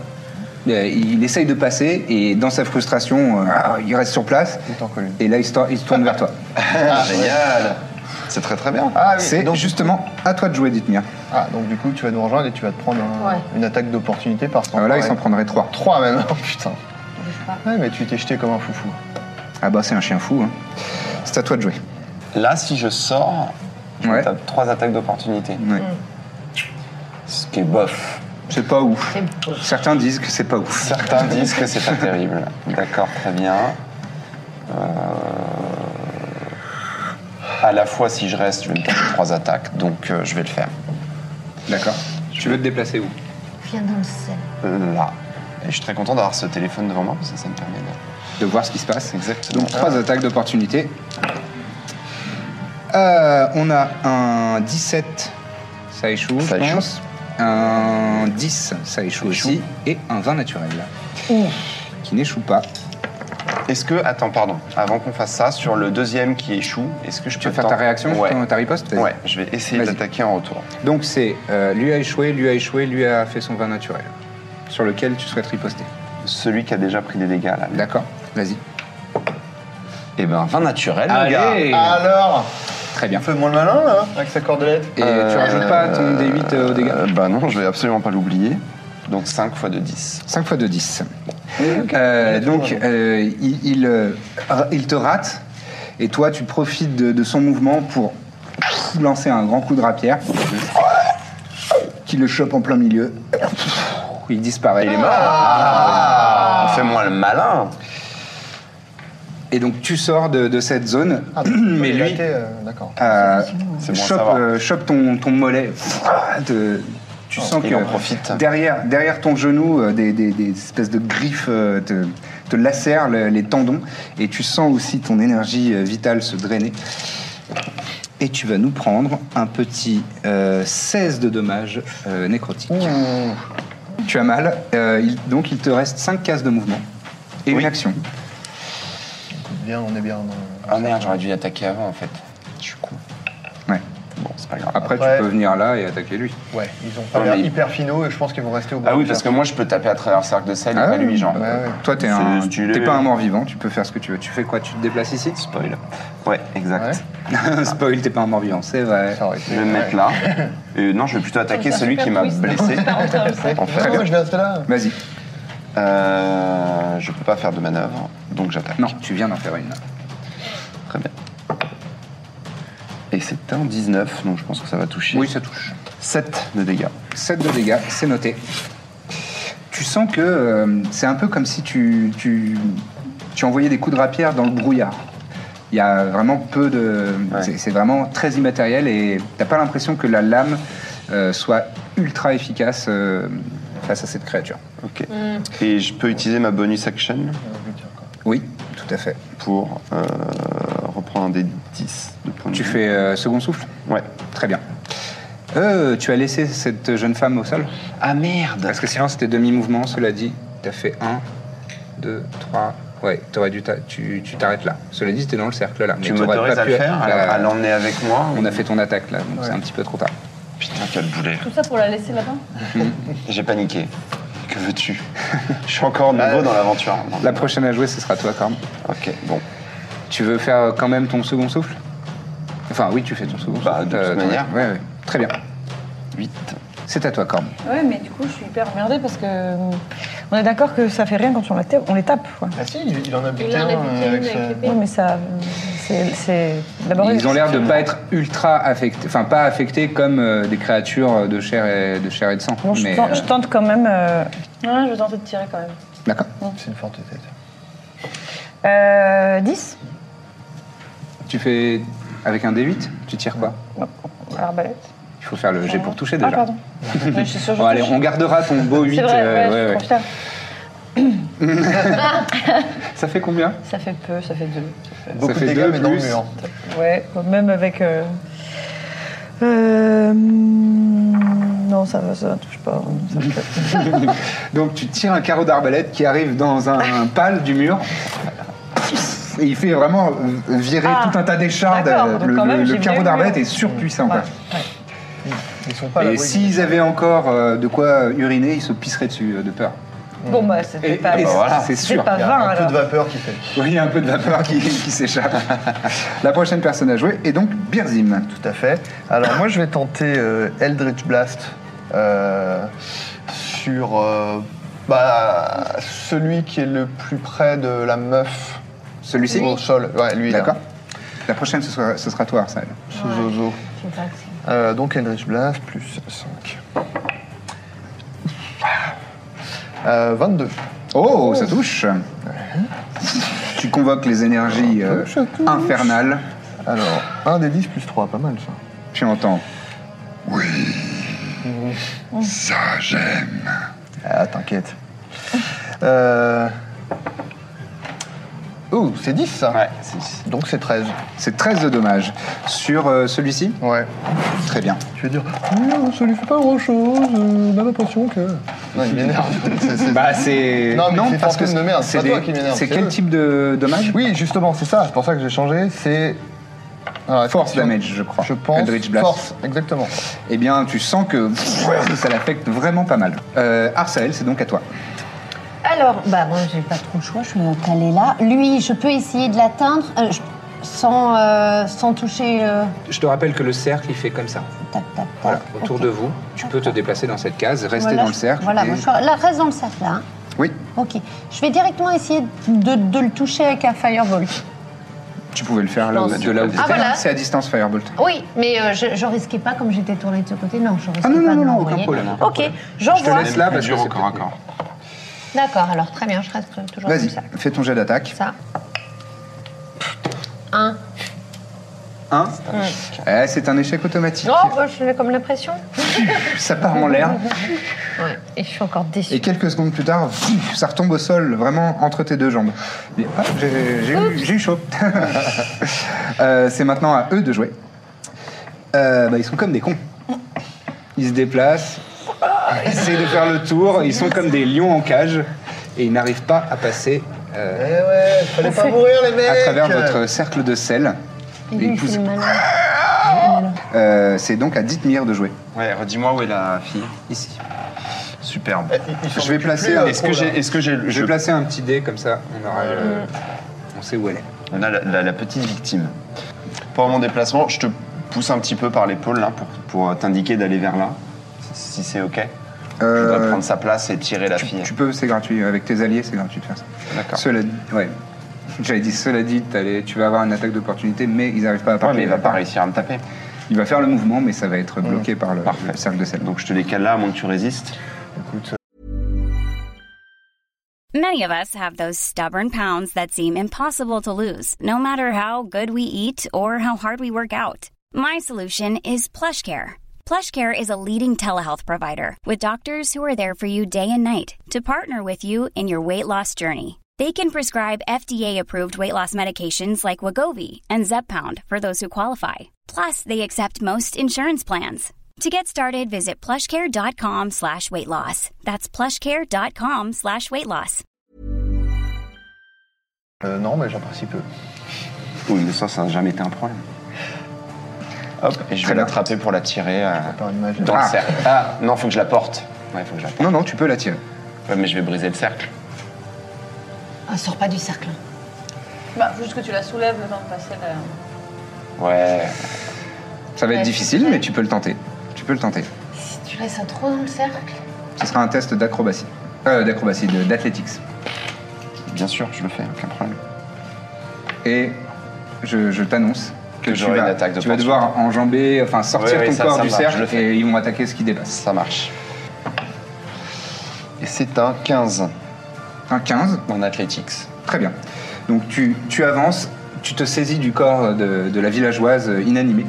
Speaker 1: euh, il essaye de passer, et dans sa frustration, euh, ah, il reste sur place,
Speaker 6: Il t'en colle une.
Speaker 1: et là, il se tor- il se tourne vers toi.
Speaker 2: Ah, génial C'est très très bien.
Speaker 6: Ah oui,
Speaker 1: C'est
Speaker 6: donc,
Speaker 1: justement à toi de jouer, Dithmir.
Speaker 6: ah, donc du coup, tu vas nous rejoindre et tu vas te prendre un-
Speaker 3: Ouais.
Speaker 6: une attaque d'opportunité par son.
Speaker 1: Ah, là, il s'en prendrait trois.
Speaker 6: Trois même. Oh, putain. Ouais, mais tu t'es jeté comme un foufou.
Speaker 1: Ah bah, c'est un chien fou. hein. C'est à toi de jouer.
Speaker 2: Là, si je sors, je
Speaker 1: Ouais.
Speaker 2: tape trois attaques d'opportunité.
Speaker 1: Ouais.
Speaker 2: Ce qui est bof.
Speaker 1: C'est pas ouf. Certains disent que c'est pas ouf.
Speaker 2: Certains disent que c'est pas terrible. D'accord, très bien. Euh, À la fois, si je reste, je vais me taper trois attaques, donc euh, je vais le faire.
Speaker 1: D'accord. Tu veux te déplacer où
Speaker 3: Viens dans le sel.
Speaker 2: Là. Et je suis très content d'avoir ce téléphone devant moi, parce que ça me permet de...
Speaker 1: De voir ce qui se passe. Ah.
Speaker 2: Exactement.
Speaker 1: Donc, trois attaques d'opportunité. Euh, on a un 17, ça échoue,
Speaker 2: Ça
Speaker 1: je
Speaker 2: échoue.
Speaker 1: pense. Un 10, ça échoue aussi. Et un 20 naturel. Qui n'échoue pas.
Speaker 2: Est-ce que... Attends, pardon. Avant qu'on fasse ça, sur le deuxième qui échoue, est-ce que je
Speaker 1: Tu
Speaker 2: peux...
Speaker 1: veux faire ta
Speaker 2: tenter-
Speaker 1: réaction,
Speaker 2: Ouais.
Speaker 1: ton- ta riposte peut-être
Speaker 2: Ouais, je vais essayer
Speaker 1: Vas-y.
Speaker 2: d'attaquer en retour.
Speaker 1: Donc c'est euh, lui a échoué, lui a échoué, lui a fait son vin naturel, sur lequel tu souhaites riposter.
Speaker 2: Celui qui a déjà pris des dégâts, là.
Speaker 1: D'accord, vas-y.
Speaker 2: Eh ben, vin naturel, mon gars.
Speaker 1: Allez
Speaker 6: Alors
Speaker 1: Ah, Très bien.
Speaker 6: Fais moins le malin, là, avec sa cordelette.
Speaker 1: Et tu rajoutes pas ton D8 au dégâts
Speaker 2: Euh, bah non, je vais absolument pas l'oublier. Donc 5 fois de 10.
Speaker 1: 5 fois de 10. Euh, donc euh, il, il, euh, ra- il te rate, et toi tu profites de, de son mouvement pour lancer un grand coup de rapière, qui le chope en plein milieu. Il disparaît.
Speaker 2: Il est mort Fais-moi le malin
Speaker 1: Et donc tu sors de, de cette zone, *clears throat*
Speaker 6: Ah,
Speaker 1: mais
Speaker 6: il a
Speaker 1: lui...
Speaker 6: été, euh, D'accord.
Speaker 1: Euh,
Speaker 2: C'est bon à
Speaker 1: chope,
Speaker 2: savoir.
Speaker 1: euh, chope ton, ton mollet. Te- tu sens
Speaker 2: il
Speaker 1: que
Speaker 2: en profite.
Speaker 1: derrière, derrière ton genou, euh, des, des- des espèces de griffes euh, te, te lacère le- les tendons et tu sens aussi ton énergie euh, vitale se drainer. Et tu vas nous prendre un petit euh, 16 de dommages euh, nécrotiques. Tu as mal, euh, il- donc il te reste 5 cases de mouvement et une action.
Speaker 6: Bien, on est bien. dans-
Speaker 2: Ah merde, j'aurais dû attaquer avant en fait. Je suis con.
Speaker 1: Ouais.
Speaker 2: Bon, c'est pas grave.
Speaker 1: Après,
Speaker 6: Après-
Speaker 1: tu peux venir là et attaquer lui.
Speaker 6: Ouais, ils ont pas
Speaker 2: Ouais,
Speaker 6: l'air
Speaker 2: mais-
Speaker 6: hyper finaux et je pense qu'ils vont rester au bout.
Speaker 2: Ah oui, parce que moi je peux taper à travers le cercle de sel, et pas lui, genre.
Speaker 6: ouais, Ah, bah ouais.
Speaker 1: Toi, t'es
Speaker 2: C'est
Speaker 1: un-
Speaker 2: stylé.
Speaker 1: t'es pas un mort-vivant, tu peux faire ce que tu veux. Tu fais quoi Tu te déplaces *laughs* ici Ah.
Speaker 2: Spoil. Ouais, exact.
Speaker 1: Spoil, t'es pas un mort-vivant, c'est vrai.
Speaker 6: Ça aurait été-
Speaker 2: Je vais me
Speaker 6: Ouais.
Speaker 2: mettre là. Et non, je vais plutôt attaquer
Speaker 7: Putain,
Speaker 2: celui
Speaker 7: super
Speaker 2: qui m'a
Speaker 7: twist.
Speaker 2: blessé. En
Speaker 6: Non,
Speaker 2: fait,
Speaker 6: moi, je vais rester là.
Speaker 1: Vas-y.
Speaker 2: Euh, je peux pas faire de manœuvre, donc j'attaque.
Speaker 1: Non, tu viens d'en faire une.
Speaker 2: Très bien. Et c'est un 19, donc je pense que ça va toucher.
Speaker 1: Oui, ça touche.
Speaker 2: 7 de dégâts.
Speaker 1: 7 de dégâts, c'est noté. Tu sens que euh, c'est un peu comme si tu, tu, tu envoyais des coups de rapière dans le brouillard. Il y a vraiment peu de.
Speaker 2: Ouais.
Speaker 1: c'est- C'est vraiment très immatériel et t'as pas l'impression que la lame euh, soit ultra efficace euh, face à cette créature.
Speaker 2: Ok. Et je peux utiliser ma bonus action
Speaker 1: Oui, tout à fait.
Speaker 2: pour euh, reprendre un des 10 de points de
Speaker 1: Tu
Speaker 2: vie.
Speaker 1: fais euh, second souffle
Speaker 2: Ouais.
Speaker 1: Très bien. Euh, tu as laissé cette jeune femme au sol
Speaker 2: Ah merde
Speaker 1: Parce que sinon, c'était demi-mouvement, cela dit. T'as fait 1, 2, 3. Ouais, t'aurais dû t'a- tu tu t'arrêtes là. Cela dit, c'était dans le cercle là.
Speaker 2: Tu
Speaker 1: Mais t'aurais
Speaker 2: m'autorises
Speaker 1: pas
Speaker 2: à
Speaker 1: pu
Speaker 2: le faire, à,
Speaker 1: bah,
Speaker 2: à l'emmener avec moi
Speaker 1: On a fait ton attaque là, donc c'est un petit peu trop tard.
Speaker 2: Putain, quel boulet.
Speaker 7: Tout ça pour la laisser là-bas
Speaker 2: Hmm. J'ai paniqué. Que veux-tu Ah. Je suis encore nouveau dans l'aventure. Non.
Speaker 1: La prochaine à jouer, ce sera toi, Corm.
Speaker 2: Ok, bon.
Speaker 1: Tu veux faire euh, quand même ton second souffle Enfin, oui, tu fais ton second
Speaker 2: Bah,
Speaker 1: souffle. euh,
Speaker 2: de toute
Speaker 1: ton-
Speaker 2: manière.
Speaker 1: Ouais, ouais. Très bien.
Speaker 2: 8.
Speaker 1: C'est à toi, Corm.
Speaker 7: Ouais, mais du coup, je suis hyper emmerdée parce que. euh, On est d'accord que ça fait rien quand on, la ta- on les tape, quoi.
Speaker 6: Ah si, il il en a buté
Speaker 3: en
Speaker 6: un
Speaker 3: a buté
Speaker 6: euh, avec
Speaker 3: une avec
Speaker 6: sa-
Speaker 7: Oui, mais ça. euh, c'est- C'est. D'abord,
Speaker 1: Ils ont l'air de pas être ultra affectés, enfin pas affectés comme euh, des créatures de chair et de, chair et de sang.
Speaker 7: Bon, je,
Speaker 1: mais,
Speaker 7: tente,
Speaker 1: euh,
Speaker 7: je tente quand même. euh, Ouais, je vais tenter de tirer quand même.
Speaker 1: D'accord.
Speaker 6: C'est une forte tête.
Speaker 7: Euh, 10
Speaker 1: Tu fais avec un D8 Tu tires quoi
Speaker 7: à l'arbalète.
Speaker 1: Il faut faire le jet pour toucher
Speaker 7: Ah,
Speaker 1: déjà. *laughs*
Speaker 7: pardon. Mais je suis sûre que je
Speaker 1: Bon, allez,
Speaker 7: touche.
Speaker 1: on gardera ton beau 8.
Speaker 7: C'est vrai,
Speaker 1: euh,
Speaker 7: ouais,
Speaker 1: ouais,
Speaker 7: je
Speaker 1: ouais.
Speaker 7: suis trop fière.
Speaker 1: Ça fait combien *laughs*
Speaker 7: Ça fait peu, ça fait deux.
Speaker 1: Ça
Speaker 6: Beaucoup
Speaker 1: fait
Speaker 6: de dégâts,
Speaker 1: deux
Speaker 6: mais dans le
Speaker 1: plus.
Speaker 6: mur.
Speaker 7: Ouais, même avec. euh, euh, Non, ça va, ça touche pas. Ça touche pas.
Speaker 1: Donc tu tires un carreau d'arbalète qui arrive dans un, un pal du mur. Et il fait vraiment euh, virer
Speaker 7: Ah,
Speaker 1: tout un tas d'échardes.
Speaker 7: d'accord,
Speaker 1: Euh,
Speaker 7: donc
Speaker 1: Le,
Speaker 7: quand même,
Speaker 1: le-
Speaker 7: j'ai
Speaker 1: le
Speaker 7: bien
Speaker 1: carreau
Speaker 7: eu
Speaker 1: d'arbalète
Speaker 7: le-
Speaker 1: est surpuissant. quoi.
Speaker 7: Ouais, ouais.
Speaker 6: Ils sont pas à
Speaker 1: Et
Speaker 6: l'abri.
Speaker 1: s'ils avaient encore euh, de quoi uriner, ils se pisseraient dessus euh, de peur.
Speaker 7: Bon, bah,
Speaker 1: Et,
Speaker 7: c'était
Speaker 1: et
Speaker 7: pas.
Speaker 1: c'est-
Speaker 2: voilà.
Speaker 1: c'est
Speaker 7: C'était
Speaker 1: sûr.
Speaker 7: pas
Speaker 6: Il y a
Speaker 7: 20
Speaker 6: un peu
Speaker 7: alors.
Speaker 6: de vapeur qui fait.
Speaker 1: Oui, il y a un peu de vapeur qui, qui s'échappe. La prochaine personne à jouer est donc Birzim.
Speaker 6: Tout à fait. Alors moi je vais tenter euh, Eldritch Blast euh, sur euh, bah, celui qui est le plus près de la meuf
Speaker 1: Celui-ci
Speaker 6: au sol. Ouais, lui. là.
Speaker 1: D'accord. La prochaine, ce sera, ce sera toi, Arsène.
Speaker 6: Ce zozo. Euh, donc Eldritch Blast plus 5. 22.
Speaker 1: Oh, ça touche Tu convoques les énergies euh,
Speaker 6: Ça touche.
Speaker 1: infernales.
Speaker 6: Alors, 1 des 10 plus 3, pas mal ça.
Speaker 1: Tu entends.
Speaker 6: Oh. Ah, t'inquiète. Euh... Ouh, c'est 10 ça
Speaker 2: Ouais, c'est
Speaker 6: Donc c'est 13.
Speaker 1: C'est 13 de dommages. Sur euh, celui-ci
Speaker 6: Ouais.
Speaker 1: Très bien.
Speaker 6: Tu veux dire, Non, ça lui fait pas grand chose, on a l'impression que. Non, il m'énerve. *laughs* C'est- c'est-
Speaker 1: Bah, c'est.
Speaker 6: Non, mais c'est fantôme de merde, c'est pas
Speaker 1: des-
Speaker 6: toi qui m'énerve,
Speaker 1: C'est
Speaker 6: c'est
Speaker 1: quel
Speaker 6: eux.
Speaker 1: type de dommage
Speaker 6: Oui, justement, c'est ça, c'est pour ça que j'ai changé, c'est. Alors,
Speaker 1: Ah, Force
Speaker 6: attention,
Speaker 1: damage, je crois.
Speaker 6: Je pense.
Speaker 1: Eldritch Blast.
Speaker 6: Force, exactement.
Speaker 1: Eh bien, tu sens que *laughs* ça l'affecte vraiment pas mal. Euh, Arsael, c'est donc à toi.
Speaker 3: Alors, bah moi j'ai pas trop le choix, je me calais là. Lui, je peux essayer de l'atteindre euh, je- sans, euh, sans toucher. euh,
Speaker 1: Je te rappelle que le cercle, il fait comme ça.
Speaker 3: tac, tac, tac.
Speaker 1: Voilà, autour
Speaker 3: Ok.
Speaker 1: de vous. Tu peux te déplacer dans cette case, rester
Speaker 3: Voilà,
Speaker 1: dans le
Speaker 3: je-
Speaker 1: cercle.
Speaker 3: Voilà,
Speaker 1: et-
Speaker 3: moi, je suis- là, reste dans le cercle là. hein.
Speaker 1: Oui,
Speaker 3: Ok. Je vais directement essayer de, de le toucher avec un firebolt.
Speaker 1: tu pouvais le faire là où-
Speaker 3: pense.
Speaker 1: de là où tu
Speaker 3: Ah, voilà.
Speaker 1: C'est à distance, Firebolt.
Speaker 3: Oui, mais euh, je, je risquais pas comme j'étais tournée de ce côté. Non, je risquais
Speaker 1: Ah non,
Speaker 3: pas
Speaker 1: non,
Speaker 3: de
Speaker 1: non, non,
Speaker 3: l'envoyer.
Speaker 1: aucun problème.
Speaker 3: Ok,
Speaker 1: Je te
Speaker 3: j'envoie.
Speaker 1: laisse là parce que
Speaker 2: dur
Speaker 1: c'est
Speaker 2: au corps à
Speaker 1: peut-être-
Speaker 2: corps.
Speaker 3: D'accord, alors très bien, je reste toujours comme
Speaker 1: Vas-y,
Speaker 3: ça.
Speaker 1: fais ton jet d'attaque.
Speaker 3: Ça. Un.
Speaker 1: 1. Eh, c'est un échec automatique.
Speaker 3: Oh, bah, je l'ai comme la pression.
Speaker 1: Ça part en l'air.
Speaker 3: Ouais, et je suis encore déçue.
Speaker 1: Et quelques secondes plus tard, pff, ça retombe au sol, vraiment entre tes deux jambes. Et, ah, j'ai- j'ai eu- j'ai eu chaud. *laughs* Euh, C'est maintenant à eux de jouer. Euh, bah, ils sont comme des cons. Ils se déplacent, ils essaient de faire le tour, ils sont comme des lions en cage et ils n'arrivent pas à passer euh,
Speaker 6: Eh ouais, fallait pas mourir les mecs
Speaker 1: à travers votre cercle de sel. Et ils poussent. Euh, C'est donc à Dithmir de jouer.
Speaker 2: Ouais, redis-moi où est la fille.
Speaker 1: Ici.
Speaker 2: Superbe.
Speaker 1: Je vais placer. un-
Speaker 2: Est-ce que j'ai. Est-ce que j'ai.
Speaker 1: Je
Speaker 2: je-
Speaker 1: vais placer un petit dé comme ça, on aura le- On sait où elle est.
Speaker 2: On a la, la- la petite victime. Pendant mon déplacement, je te pousse un petit peu par l'épaule là pour, pour euh, t'indiquer d'aller vers là, si, si c'est ok. Tu dois
Speaker 1: Euh,
Speaker 2: prendre sa place et tirer la
Speaker 1: tu,
Speaker 2: fille.
Speaker 1: tu peux, c'est gratuit. Avec tes alliés, c'est gratuit de faire ça.
Speaker 2: D'accord.
Speaker 1: Cela dit, ouais. J'avais dit, cela dit, t'as les- tu vas avoir une attaque d'opportunité, mais ils n'arrivent pas à
Speaker 2: Ouais,
Speaker 1: partir.
Speaker 2: mais il va pas réussir à me taper.
Speaker 1: Il va faire le mouvement, mais ça va être bloqué par le,
Speaker 2: Parfait.
Speaker 1: le cercle de sel.
Speaker 2: Donc je te les cale là, à moins que tu résistes.
Speaker 8: Many of us have those stubborn pounds that seem impossible to lose, no matter how good we eat or how hard we work out. My solution is PlushCare. PlushCare is a leading telehealth provider with doctors who are there for you day and night to partner with you in your weight loss journey. They can prescribe FDA-approved weight loss medications like Wagovi and Zepbound for those who qualify. Plus, they accept most insurance plans. To get started, visit plushcare.com slash weight loss. That's plushcare.com slash weight loss.
Speaker 6: Euh, non, mais j'apprécie peu.
Speaker 2: Oui, mais ça, ça n'a jamais été un problème. Hop, et je vais l'attraper pour la tirer euh,
Speaker 6: Par une image.
Speaker 2: dans
Speaker 1: Ah.
Speaker 2: le cercle. Ah, non, faut que je la porte. Ouais, faut que je la porte.
Speaker 1: Non, non, tu peux la tirer.
Speaker 2: Ouais, mais je vais briser le cercle.
Speaker 3: Ah, sors pas du cercle.
Speaker 5: Bah, faut juste que tu la soulèves le temps de passer la.
Speaker 2: Ouais.
Speaker 1: Ça va être
Speaker 3: Ouais,
Speaker 1: difficile, mais tu peux le tenter. Tu peux le tenter.
Speaker 3: Si tu laisses ça trop dans le cercle.
Speaker 1: Ce sera un test d'acrobatie. Euh, d'acrobatie, de- d'athlétics.
Speaker 2: Bien sûr, je le fais, aucun problème.
Speaker 1: Et je, je t'annonce que,
Speaker 2: Que
Speaker 1: tu,
Speaker 2: j'aurai
Speaker 1: vas,
Speaker 2: une attaque de
Speaker 1: tu vas
Speaker 2: force.
Speaker 1: devoir enjamber, enfin sortir
Speaker 2: Ouais, ouais,
Speaker 1: ton
Speaker 2: ça,
Speaker 1: corps
Speaker 2: ça
Speaker 1: du
Speaker 2: marche, je le
Speaker 1: cercle
Speaker 2: fais.
Speaker 1: et ils vont attaquer ce qui dépasse.
Speaker 2: Ça marche. Et c'est un 15
Speaker 1: Un 15,
Speaker 2: en athletics.
Speaker 1: Très bien. Donc tu, tu avances, tu te saisis du corps de, de la villageoise euh, inanimée,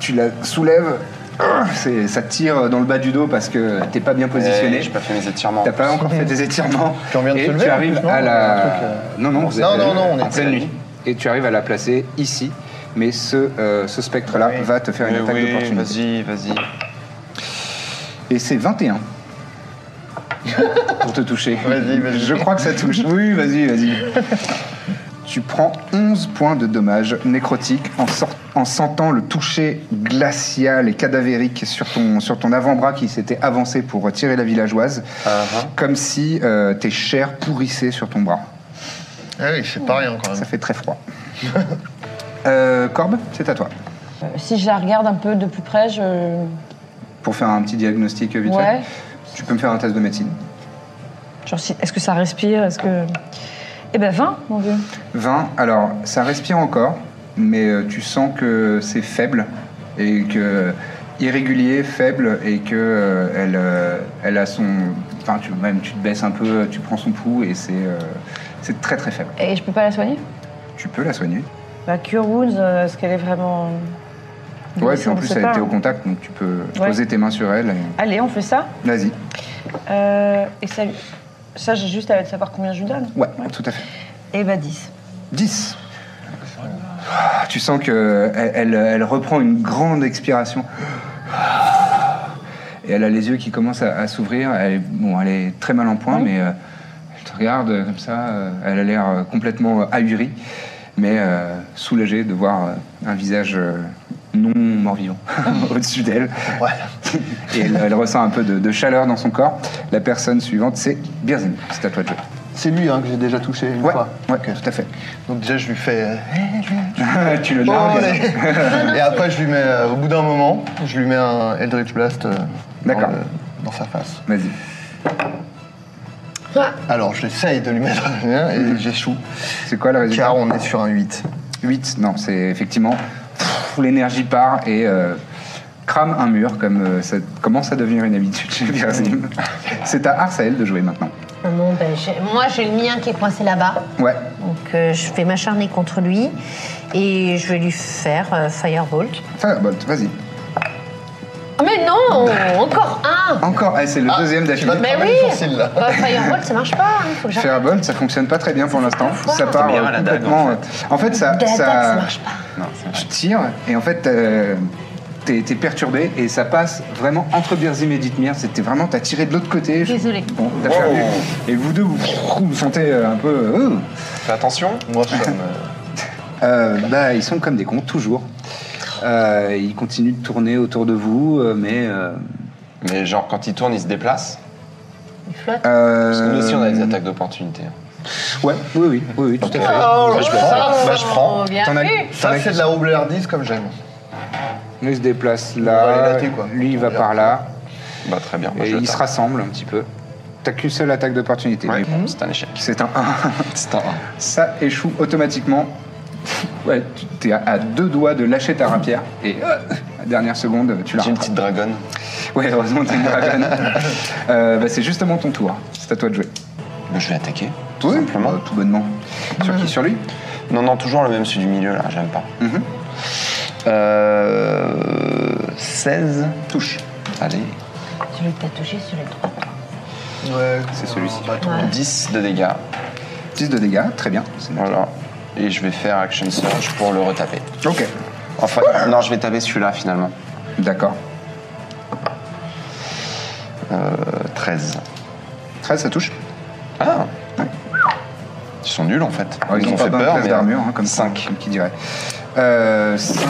Speaker 1: tu la soulèves, *clears throat* Ah, c'est- ça te tire dans le bas du dos parce que t'es pas bien positionné.
Speaker 2: Eh, J'ai pas fait mes étirements.
Speaker 1: T'as pas encore fait tes étirements.
Speaker 6: Tu en viens de
Speaker 1: et
Speaker 6: te lever,
Speaker 1: tu
Speaker 6: en
Speaker 1: arrives
Speaker 6: plus, non
Speaker 1: à
Speaker 6: Un
Speaker 1: la.
Speaker 6: truc, euh,
Speaker 1: Non, non, vous êtes
Speaker 6: Non, non, non, on est
Speaker 1: en pleine
Speaker 6: pleine
Speaker 1: nuit. Et tu arrives à la placer ici. Mais ce, euh, ce spectre-là
Speaker 6: Oui.
Speaker 1: va te faire une
Speaker 2: Mais
Speaker 1: attaque
Speaker 2: oui,
Speaker 1: d'opportunité.
Speaker 2: vas-y, vas-y.
Speaker 1: Et c'est
Speaker 6: *laughs*
Speaker 1: 21. Pour te toucher.
Speaker 6: Vas-y, vas-y.
Speaker 1: Je crois que ça touche. Oui, vas-y, vas-y. tu prends 11 points de dommages nécrotiques en, sort- en sentant le toucher glacial et cadavérique sur ton, sur ton avant-bras qui s'était avancé pour tirer la villageoise,
Speaker 6: Ah,
Speaker 1: comme si euh, tes chairs pourrissaient sur ton bras.
Speaker 6: Ah oui, c'est pas rien quand même.
Speaker 1: Ça fait très
Speaker 6: *laughs*
Speaker 1: froid. Euh, Corbe, c'est à toi.
Speaker 7: Euh, Si je la regarde un peu de plus près, je.
Speaker 1: Pour faire un petit diagnostic vite
Speaker 7: Ouais.
Speaker 1: fait, tu peux me faire un test de médecine.
Speaker 7: Genre, si- est-ce que ça respire Est-ce que. Eh ben, 20, mon vieux.
Speaker 1: 20, alors ça respire encore, mais euh, tu sens que c'est faible et que irrégulier, faible et que euh, elle, euh, elle a son, enfin tu même tu te baisses un peu, tu prends son pouls et c'est euh, c'est très très faible.
Speaker 7: Et je peux pas la soigner
Speaker 1: Tu peux la soigner.
Speaker 7: La Cure Wounds, euh, est-ce qu'elle est vraiment.
Speaker 1: Ouais, puis en
Speaker 7: Je
Speaker 1: plus
Speaker 7: sais
Speaker 1: elle
Speaker 7: pas.
Speaker 1: était au contact, donc tu peux
Speaker 7: Ouais.
Speaker 1: poser tes mains sur elle. et-
Speaker 7: Allez, on fait ça.
Speaker 1: Vas-y.
Speaker 7: Euh, et ça, ça j'ai juste à savoir combien je lui donne.
Speaker 1: Ouais, tout à fait.
Speaker 7: Et bah, 10.
Speaker 1: 10. Ah, Tu sens que elle, elle- elle reprend une grande expiration. Et elle a les yeux qui commencent à, à s'ouvrir. Elle, est- bon, elle est très mal en point, mais euh, elle te regarde euh, comme ça. euh, Elle a l'air euh, complètement euh, ahurie, mais euh, soulagée de voir euh, un visage euh, non mort-vivant *laughs* au-dessus d'elle. Et elle, elle ressent un peu de, de chaleur dans son corps. La personne suivante, c'est Birzim. C'est à toi de jouer.
Speaker 6: C'est lui hein, que j'ai déjà touché une
Speaker 1: Ouais,
Speaker 6: fois.
Speaker 1: ouais,
Speaker 6: Ok.
Speaker 1: tout à fait.
Speaker 6: Donc déjà je lui fais. euh,
Speaker 1: *laughs* tu le
Speaker 6: Oh,
Speaker 1: nargues.
Speaker 6: allez. Et après je lui mets, euh, au bout d'un moment, je lui mets un Eldritch Blast euh, dans,
Speaker 1: D'accord.
Speaker 6: le- dans sa face.
Speaker 1: Vas-y.
Speaker 6: Alors j'essaye de lui mettre un lien et j'échoue.
Speaker 1: C'est quoi le résultat
Speaker 6: Car on est sur un 8.
Speaker 1: 8, non, c'est effectivement. pff, L'énergie part et euh, crame un mur, comme euh, ça commence à devenir une habitude chez Birzim. C'est à Arsael de jouer maintenant.
Speaker 3: Bon, ben, j'ai- moi, j'ai le mien qui est coincé là-bas.
Speaker 6: Ouais.
Speaker 3: Donc, euh, je vais m'acharner contre lui et je vais lui faire euh, Firebolt.
Speaker 1: Firebolt, vas-y.
Speaker 3: Ah, Mais non Encore un
Speaker 1: Encore, eh, c'est le deuxième d'affilée.
Speaker 3: Mais oui bah, Firebolt, ça marche pas. Il faut que j'arrête.
Speaker 1: Firebolt, ça fonctionne pas très bien pour l'instant. Ça part
Speaker 2: bien
Speaker 1: euh,
Speaker 2: à la dague,
Speaker 1: complètement. euh, En fait, ça,
Speaker 3: De l'attaque,
Speaker 1: ça-
Speaker 3: ça marche pas.
Speaker 2: Non, c'est vrai.
Speaker 1: tu tires et en fait, euh, t'es t'es perturbé et ça passe vraiment entre Birzim et Dithmir. C'était vraiment, t'as tiré de l'autre côté. Je-
Speaker 3: Désolé.
Speaker 1: Bon, t'as perdu. Et vous deux, vous, vous sentez euh, un peu. euh,
Speaker 2: Fais attention.
Speaker 6: Moi, ça me...
Speaker 1: Euh, bah, ils sont comme des cons, toujours. Euh, ils continuent de tourner autour de vous, euh, mais. euh,
Speaker 2: Mais genre, quand ils tournent, ils se déplacent.
Speaker 3: Il flotte.
Speaker 2: Parce que nous aussi, on a des
Speaker 1: euh,
Speaker 2: attaques hein. d'opportunité.
Speaker 1: Ouais, oui, oui, oui, oui, tout à fait.
Speaker 6: Oh,
Speaker 2: Bah, je prends. Bah, je prends.
Speaker 3: Oh, bien
Speaker 1: T'en as-
Speaker 3: vu.
Speaker 6: Ça, c'est de la roublardise comme j'aime.
Speaker 1: Lui, il se déplace
Speaker 6: On va les
Speaker 1: là.
Speaker 6: dater, quoi.
Speaker 1: Lui, il va
Speaker 6: On va
Speaker 1: par là.
Speaker 2: Bah, très bien. Moi,
Speaker 1: Et
Speaker 2: je le
Speaker 1: ils se
Speaker 2: tape.
Speaker 1: rassemblent un petit peu. T'as qu'une seule attaque d'opportunité.
Speaker 2: Ouais,
Speaker 1: mais bon,
Speaker 2: bon, c'est un échec.
Speaker 1: C'est un 1.
Speaker 2: C'est un un.
Speaker 1: Ça échoue automatiquement. Ouais, tu- t'es à, à deux doigts de lâcher ta rapière. Et euh, à dernière seconde, tu la
Speaker 2: J'ai une
Speaker 1: rattrapes.
Speaker 2: petite dragonne.
Speaker 1: Ouais, heureusement, t'es une
Speaker 2: *laughs*
Speaker 1: dragonne. Euh, bah, c'est justement ton tour. C'est à toi de jouer.
Speaker 2: Bah, je vais attaquer.
Speaker 1: Oui,
Speaker 2: simplement. Mmh.
Speaker 1: euh, tout bonnement. Sur qui Sur lui Mhm.
Speaker 2: Non, non, toujours le même, celui du milieu, là, j'aime pas. Euh, 16. Touche. Allez,
Speaker 3: Celui que t'as touché, celui droit.
Speaker 6: Ouais,
Speaker 1: C'est celui-ci.
Speaker 2: Bah, 10 de dégâts.
Speaker 1: 10 de dégâts, très bien. c'est noté.
Speaker 2: Voilà. Et je vais faire Action Surge pour le retaper.
Speaker 1: Ok,
Speaker 2: Enfin, non, je vais taper celui-là, finalement.
Speaker 1: d'accord.
Speaker 2: Euh, 13.
Speaker 1: 13, ça touche
Speaker 2: Ah Ils sont nuls, en fait.
Speaker 1: Alors,
Speaker 2: Ah, ils
Speaker 1: ont
Speaker 2: ont
Speaker 1: pas
Speaker 2: fait
Speaker 1: besoin de
Speaker 2: peur,
Speaker 1: classe
Speaker 2: mais...
Speaker 1: d'armure, hein, comme 5,
Speaker 2: 5.
Speaker 1: comme qui dirait. Euh, 5.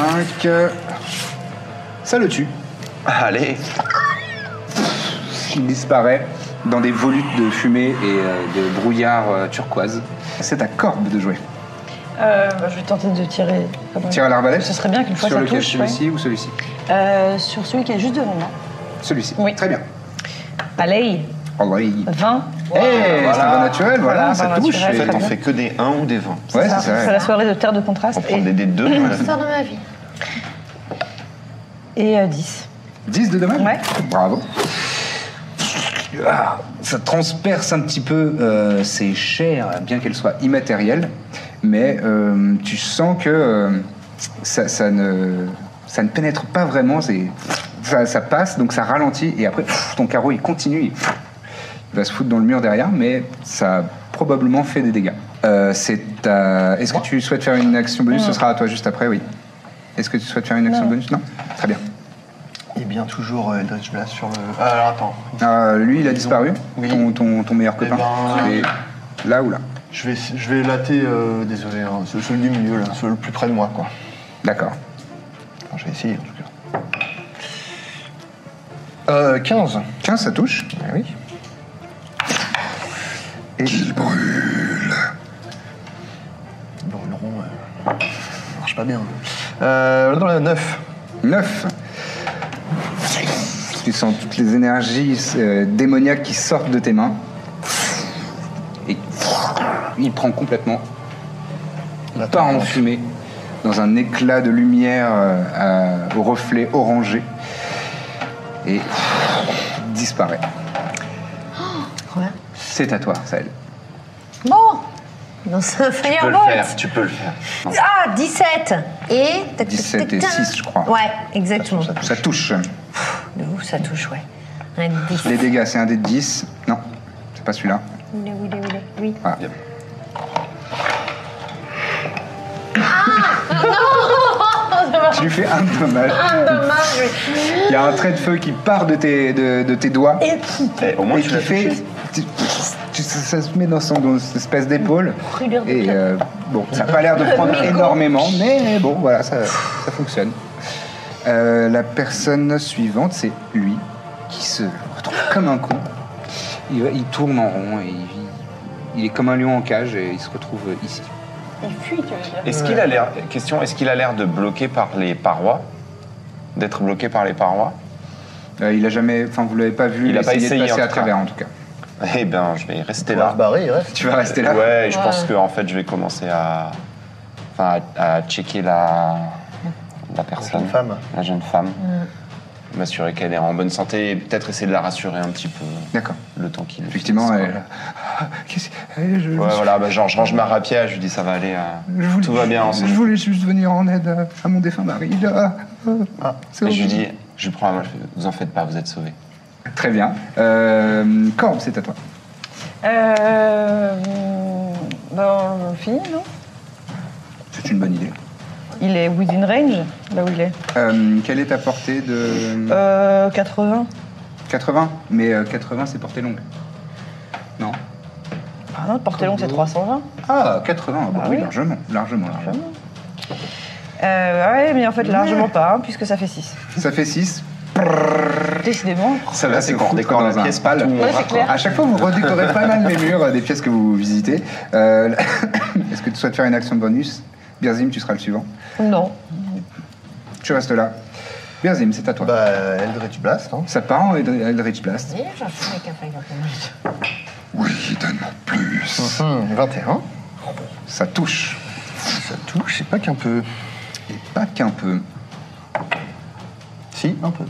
Speaker 1: Ça le tue.
Speaker 2: Allez
Speaker 1: Il disparaît dans des volutes de fumée et euh, de brouillard euh, turquoise. C'est à Corbe de jouer.
Speaker 7: Euh, bah, je vais tenter de tirer. comme-
Speaker 1: Tire à l'arbalète
Speaker 7: Ce serait bien qu'une fois
Speaker 1: Sur
Speaker 7: ça
Speaker 1: lequel
Speaker 7: touche,
Speaker 1: Celui-ci ou celui-ci
Speaker 7: Euh, sur celui qui est juste devant moi.
Speaker 1: Celui-ci.
Speaker 7: Oui.
Speaker 1: Très bien.
Speaker 7: Allez,
Speaker 1: Oh, oui.
Speaker 7: 20.
Speaker 1: Eh, c'est un bon naturel, voilà,
Speaker 7: Voilà,
Speaker 1: ça
Speaker 7: bon
Speaker 1: touche.
Speaker 7: naturel,
Speaker 2: En
Speaker 7: Très
Speaker 2: fait, on
Speaker 7: bien.
Speaker 2: fait que des 1 ou des 20.
Speaker 1: Ouais,
Speaker 7: Ça,
Speaker 1: c'est
Speaker 7: C'est
Speaker 1: vrai.
Speaker 7: la soirée de terre de contraste.
Speaker 2: On prend
Speaker 7: Et,
Speaker 2: des dés de 2.
Speaker 3: L'histoire de ma vie.
Speaker 7: et, euh, 10.
Speaker 1: 10 de dommage
Speaker 7: Ouais.
Speaker 1: Bravo. Ah, Ça transperce un petit peu euh, ses chairs, bien qu'elles soient immatérielles, mais euh, tu sens que euh, ça, ça ne, ça ne pénètre pas vraiment, c'est- ça, ça passe, donc ça ralentit, et après pff, ton carreau il continue, il, pff, il va se foutre dans le mur derrière, mais ça a probablement fait des dégâts. Euh, c'est à- Est-ce que tu souhaites faire une action bonus Ce sera à toi juste après, oui. Est-ce que tu souhaites faire une action bonus Non Très bien.
Speaker 6: Et bien toujours euh, Eldritch Blast sur le... Ah, Alors attends,
Speaker 1: Euh, lui, il a disparu,
Speaker 6: Oui.
Speaker 1: ton, ton- ton meilleur
Speaker 6: Eh
Speaker 1: copain.
Speaker 6: ben,
Speaker 1: Et là ou là
Speaker 6: je vais, je vais latter, euh, désolé, hein, c'est celui du milieu là, celui le plus près de moi quoi.
Speaker 1: D'accord.
Speaker 6: Enfin, je vais essayer en tout cas. Euh, 15.
Speaker 1: 15, ça touche.
Speaker 6: Eh oui. Et ils brûlent. Ils brûleront. euh, Ça marche pas bien. Euh, dans la 9.
Speaker 1: 9. Tu sens toutes les énergies euh, démoniaques qui sortent de tes mains. Et il prend complètement part en fumée dans un éclat de lumière euh, à- au reflet orangé et disparaît.
Speaker 3: Ouais.
Speaker 1: C'est à toi, Sahel.
Speaker 3: Bon Dans un
Speaker 2: Tu peux le
Speaker 3: Firebolt.
Speaker 2: faire, tu peux le faire.
Speaker 3: Ah, 17 Et... tac, tac,
Speaker 1: 17 et
Speaker 3: tac,
Speaker 1: 6,
Speaker 3: tac.
Speaker 1: je crois.
Speaker 3: Ouais, exactement.
Speaker 1: Ça touche.
Speaker 3: De ouf, ça touche, ouais. Un dix.
Speaker 1: Les dégâts, c'est un dé de 10. Non, c'est pas celui-là. Ah.
Speaker 3: Il est où, il est où, il est où Oui.
Speaker 1: Voilà.
Speaker 3: Ah! *laughs*
Speaker 1: tu lui fais un dommage.
Speaker 3: Dommage, oui.
Speaker 1: Il y a un trait de feu qui part de tes, de, de tes doigts et,
Speaker 2: Eh, au moins, tu
Speaker 1: qui
Speaker 2: l'as fait.
Speaker 1: fait. tu- tu- ça se met dans son dans cette espèce d'épaule.
Speaker 3: Brûlure de
Speaker 1: Et
Speaker 3: plomb.
Speaker 1: euh, bon, ça n'a pas
Speaker 3: *laughs*
Speaker 1: l'air de prendre énormément, mais bon, voilà, ça, ça fonctionne. Euh, la personne suivante, c'est lui qui se retrouve comme un con. Il, il tourne en rond et il, il est comme un lion en cage et il se retrouve ici.
Speaker 5: Il fuit, tu veux dire.
Speaker 2: Est-ce qu'il a l'air... Question, est-ce qu'il a l'air de bloquer par les parois D'être bloqué par les parois *laughs*
Speaker 1: Euh, il a jamais, enfin vous l'avez pas vu,
Speaker 2: Il a pas
Speaker 1: essayer
Speaker 2: essayé,
Speaker 1: de passer
Speaker 2: en
Speaker 1: à
Speaker 2: tout cas.
Speaker 1: travers en tout cas.
Speaker 2: Eh ben, je vais rester
Speaker 6: C'est
Speaker 2: là.
Speaker 6: là. Barré, il reste.
Speaker 1: Tu vas Bah, rester là.
Speaker 2: Ouais, je
Speaker 3: Ouais.
Speaker 2: pense que en fait, je vais commencer à, enfin, à, à checker la, la personne,
Speaker 6: Une femme.
Speaker 2: la jeune femme.
Speaker 7: Mm.
Speaker 2: m'assurer qu'elle est en bonne santé et peut-être essayer de la rassurer un petit peu
Speaker 1: D'accord.
Speaker 2: le temps qu'il
Speaker 1: Effectivement,
Speaker 2: Ouais,
Speaker 1: elle... ah, Qu'est-ce- eh, je,
Speaker 2: voilà, bah, genre je range ma rapière, je lui dis ça va aller, euh,
Speaker 1: je voulais-
Speaker 2: tout va bien ensemble.
Speaker 1: Je voulais juste venir en aide euh, à mon défunt mari. là. Euh, c'est
Speaker 2: Et je lui
Speaker 1: horrible.
Speaker 2: dis, je lui prends la main, je fais, vous en faites pas, vous êtes sauvés.
Speaker 1: Très bien. Euh, Corbe, c'est à toi.
Speaker 7: Euh. Dans le fini, non
Speaker 1: C'est une bonne idée.
Speaker 7: Il est within range, là où il est.
Speaker 1: Euh, quelle est ta portée de
Speaker 7: Euh. 80.
Speaker 1: 80 Mais euh, 80, c'est portée longue. Non
Speaker 7: Ah non, portée longue, c'est 320.
Speaker 1: Ah, 80, bah
Speaker 7: Ah
Speaker 1: oui,
Speaker 7: oui.
Speaker 1: largement, largement, largement.
Speaker 7: Euh, ouais, mais en fait, largement pas, hein, puisque ça fait 6.
Speaker 1: Ça fait 6.
Speaker 7: Décidément.
Speaker 1: Ça
Speaker 2: Là,
Speaker 1: va
Speaker 2: c'est
Speaker 1: se
Speaker 2: qu'on
Speaker 1: foutre
Speaker 2: décore la
Speaker 1: dans un
Speaker 2: pièce
Speaker 1: pal.
Speaker 2: partout où on
Speaker 7: Ouais, c'est clair.
Speaker 1: À chaque fois, vous redécorez pas mal les murs euh, des pièces que vous visitez. Euh, *coughs* Est-ce que tu souhaites faire une action bonus Birzim, tu seras le suivant.
Speaker 7: Non.
Speaker 1: Tu restes là. Birzim, c'est à toi.
Speaker 4: Bah, Eldritch Blast, hein.
Speaker 1: Ça part en Eldr- Eldritch Blast.
Speaker 3: D'ailleurs, j'en fais avec un firebrand.
Speaker 1: Oui, donne-moi plus.
Speaker 4: Hum, 21.
Speaker 1: Ça touche.
Speaker 4: Ça touche, c'est pas qu'un peu.
Speaker 1: Et pas qu'un peu.
Speaker 4: Si, un peu.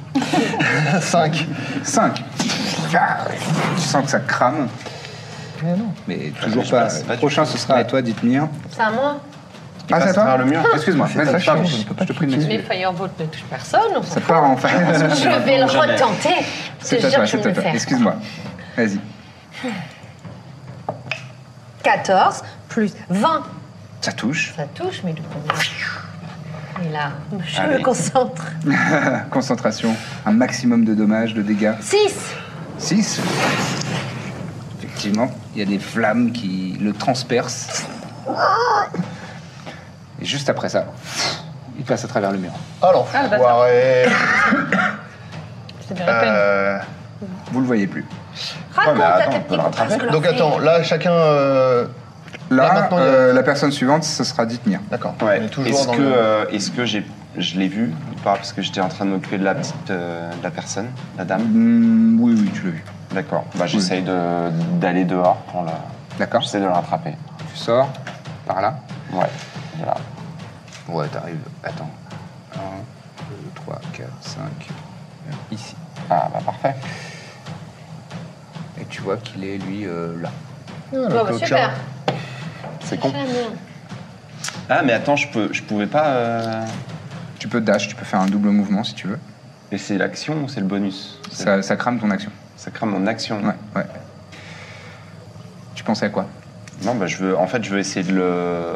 Speaker 4: 5.
Speaker 1: 5. Tu sens que ça crame.
Speaker 4: Mais non.
Speaker 1: Mais toujours
Speaker 2: je
Speaker 1: pas.
Speaker 2: passe pas du
Speaker 1: Prochain, ce sera à toi, dites tenir.
Speaker 3: C'est à moi.
Speaker 1: Ah, c'est à
Speaker 2: passe
Speaker 1: toi
Speaker 2: travers le mur.
Speaker 1: Excuse-moi,
Speaker 4: C'est pas
Speaker 1: vas-y,
Speaker 4: chiant,
Speaker 1: pardon,
Speaker 4: je ne peux pas
Speaker 1: je te prie de
Speaker 3: Mais
Speaker 1: m'excuser.
Speaker 3: Firebolt ne touche personne, on s'en
Speaker 1: Ça
Speaker 3: fout.
Speaker 1: part en fait.
Speaker 3: Je vais le
Speaker 2: Jamais.
Speaker 3: retenter. Je
Speaker 1: C'est
Speaker 3: te
Speaker 1: à
Speaker 3: jure
Speaker 1: toi,
Speaker 3: que je
Speaker 1: c'est
Speaker 3: vais
Speaker 1: à
Speaker 3: le
Speaker 1: toi.
Speaker 3: faire.
Speaker 1: Excuse-moi. Vas-y.
Speaker 3: 14 plus 20.
Speaker 1: Ça touche.
Speaker 3: Ça touche, mais le premier. Et là, je
Speaker 2: Allez.
Speaker 3: me concentre.
Speaker 1: Concentration. Un maximum de dommages, de dégâts.
Speaker 3: 6
Speaker 1: 6. Effectivement, il y a des flammes qui le transpercent. Et juste après ça, il passe à travers le mur.
Speaker 4: Alors,
Speaker 7: Ah, le bâtard.
Speaker 4: foiré.
Speaker 3: *coughs*
Speaker 7: C'était bien la peine.
Speaker 4: Euh,
Speaker 1: Vous le voyez plus.
Speaker 3: Raconte
Speaker 2: mais
Speaker 3: à
Speaker 2: attends,
Speaker 3: tes
Speaker 2: on peut
Speaker 3: petits
Speaker 2: le
Speaker 3: copains ce que leur
Speaker 4: Donc
Speaker 3: fait.
Speaker 4: attends, là chacun. euh, Là,
Speaker 1: Là,
Speaker 4: maintenant, il y a-
Speaker 1: euh, la personne suivante, ce sera Dithmir.
Speaker 4: D'accord.
Speaker 2: Ouais.
Speaker 4: On est
Speaker 2: Est-ce
Speaker 4: toujours dans
Speaker 2: que,
Speaker 4: le-
Speaker 2: euh, est-ce que j'ai, je l'ai vu ou pas Parce que j'étais en train de m'occuper de la petite, euh, de la personne, la dame.
Speaker 1: Hmm, oui, oui, tu l'as vu.
Speaker 2: D'accord. Bah, j'essaye de, d'aller dehors pour la.
Speaker 1: D'accord.
Speaker 2: J'essaie de la rattraper.
Speaker 1: Tu sors par là.
Speaker 2: Ouais. Voilà.
Speaker 1: Ouais, t'arrives. Attends. 1, 2, 3, 4, 5. Ici.
Speaker 2: Ah bah parfait.
Speaker 1: Et tu vois qu'il est, lui, euh, là.
Speaker 4: Ah, le
Speaker 3: Bon, bah,
Speaker 4: coquin.
Speaker 3: super.
Speaker 2: C'est con. Ah mais attends, je peux, je pouvais pas. euh,
Speaker 1: Tu peux dash, tu peux faire un double mouvement si tu veux.
Speaker 2: Et c'est l'action ou c'est le bonus C'est-
Speaker 1: Ça, ça crame ton action.
Speaker 2: Ça crame mon action.
Speaker 1: Ouais, ouais. Tu pensais à quoi
Speaker 2: Non, bah, je veux, en fait, je veux essayer de le.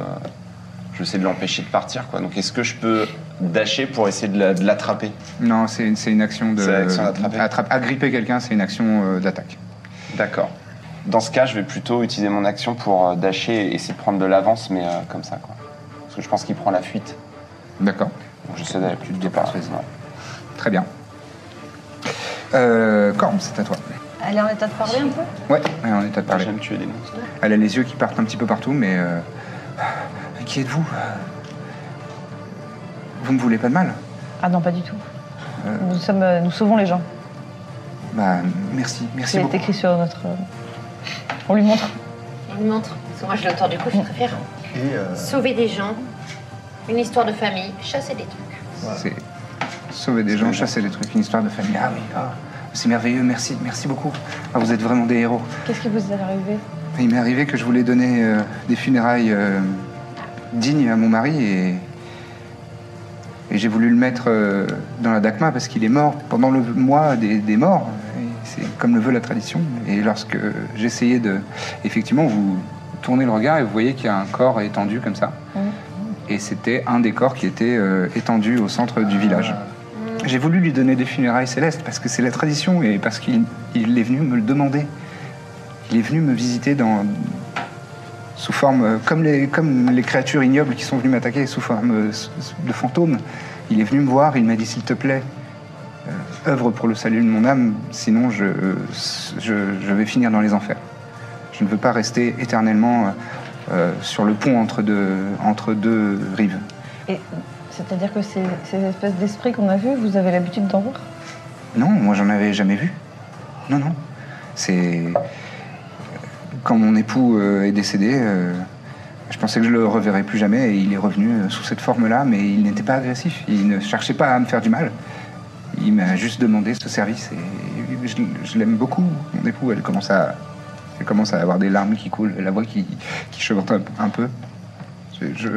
Speaker 2: Je veux essayer de l'empêcher de partir, quoi. Donc, est-ce que je peux dasher pour essayer de la- de l'attraper
Speaker 1: Non, c'est une, c'est une action de.
Speaker 2: C'est l'action d'attraper.
Speaker 1: attrape- agripper quelqu'un, c'est une action euh, d'attaque.
Speaker 2: D'accord. Dans ce cas, je vais plutôt utiliser mon action pour euh, dasher et essayer de prendre de l'avance, mais euh, comme ça, quoi. Parce que je pense qu'il prend la fuite.
Speaker 1: D'accord.
Speaker 2: Donc, j'essaie d'aller
Speaker 1: Tu
Speaker 2: plus
Speaker 1: te
Speaker 2: de
Speaker 1: déplaces, vas-y. Très bien. Euh, Corbe, c'est à toi.
Speaker 7: Elle est en état de parler un peu
Speaker 1: Ouais, ouais, on est à te parler.
Speaker 2: J'aime tuer des monstres.
Speaker 1: Elle a les yeux qui partent un petit peu partout, mais. euh, Qui êtes-vous Vous me voulez pas de mal
Speaker 7: Ah non, pas du tout. Nous, sommes, euh, nous sauvons les gens.
Speaker 1: Bah, merci, merci
Speaker 7: C'est
Speaker 1: beaucoup.
Speaker 7: écrit sur notre. euh, On lui montre.
Speaker 3: Il me montre. Parce que moi, je l'auteur du coup, je préfère
Speaker 4: Et, euh,
Speaker 3: sauver des gens, une histoire de famille, chasser des trucs.
Speaker 1: C'est sauver des gens, chasser des trucs, une histoire de famille. Ah oui, ah, c'est merveilleux, merci, merci beaucoup. Ah, vous êtes vraiment des héros.
Speaker 7: Qu'est-ce qui vous est arrivé
Speaker 1: Il m'est arrivé que je voulais donner euh, des funérailles euh, dignes à mon mari et, et j'ai voulu le mettre euh, dans la Dakma parce qu'il est mort pendant le mois des, des morts. Et C'est comme le veut la tradition. Et lorsque j'essayais de... Effectivement, vous tournez le regard et vous voyez qu'il y a un corps étendu comme ça. Et c'était un des corps qui était euh, étendu au centre du village. J'ai voulu lui donner des funérailles célestes parce que c'est la tradition et parce qu'il il est venu me le demander. Il est venu me visiter dans, sous forme, euh, comme les, comme les créatures ignobles qui sont venues m'attaquer, sous forme euh, s- s- de fantômes. Il est venu me voir, il m'a dit s'il te plaît, euh, œuvre pour le salut de mon âme, sinon je, euh, s- je, je vais finir dans les enfers. Je ne veux pas rester éternellement euh, euh, sur le pont entre deux, entre deux rives.
Speaker 7: Et c'est-à-dire que ces, ces espèces d'esprits qu'on a vus, vous avez l'habitude d'en voir
Speaker 1: Non, moi j'en avais jamais vu. Non, non. C'est. Quand mon époux euh, est décédé, euh, je pensais que je le reverrais plus jamais et il est revenu euh, sous cette forme-là, mais il n'était pas agressif. Il ne cherchait pas à me faire du mal. Il m'a juste demandé ce service et je, je l'aime beaucoup. Mon époux, elle commence à, elle commence à avoir des larmes qui coulent, la voix qui, qui chevrotte un, un peu. Je, je,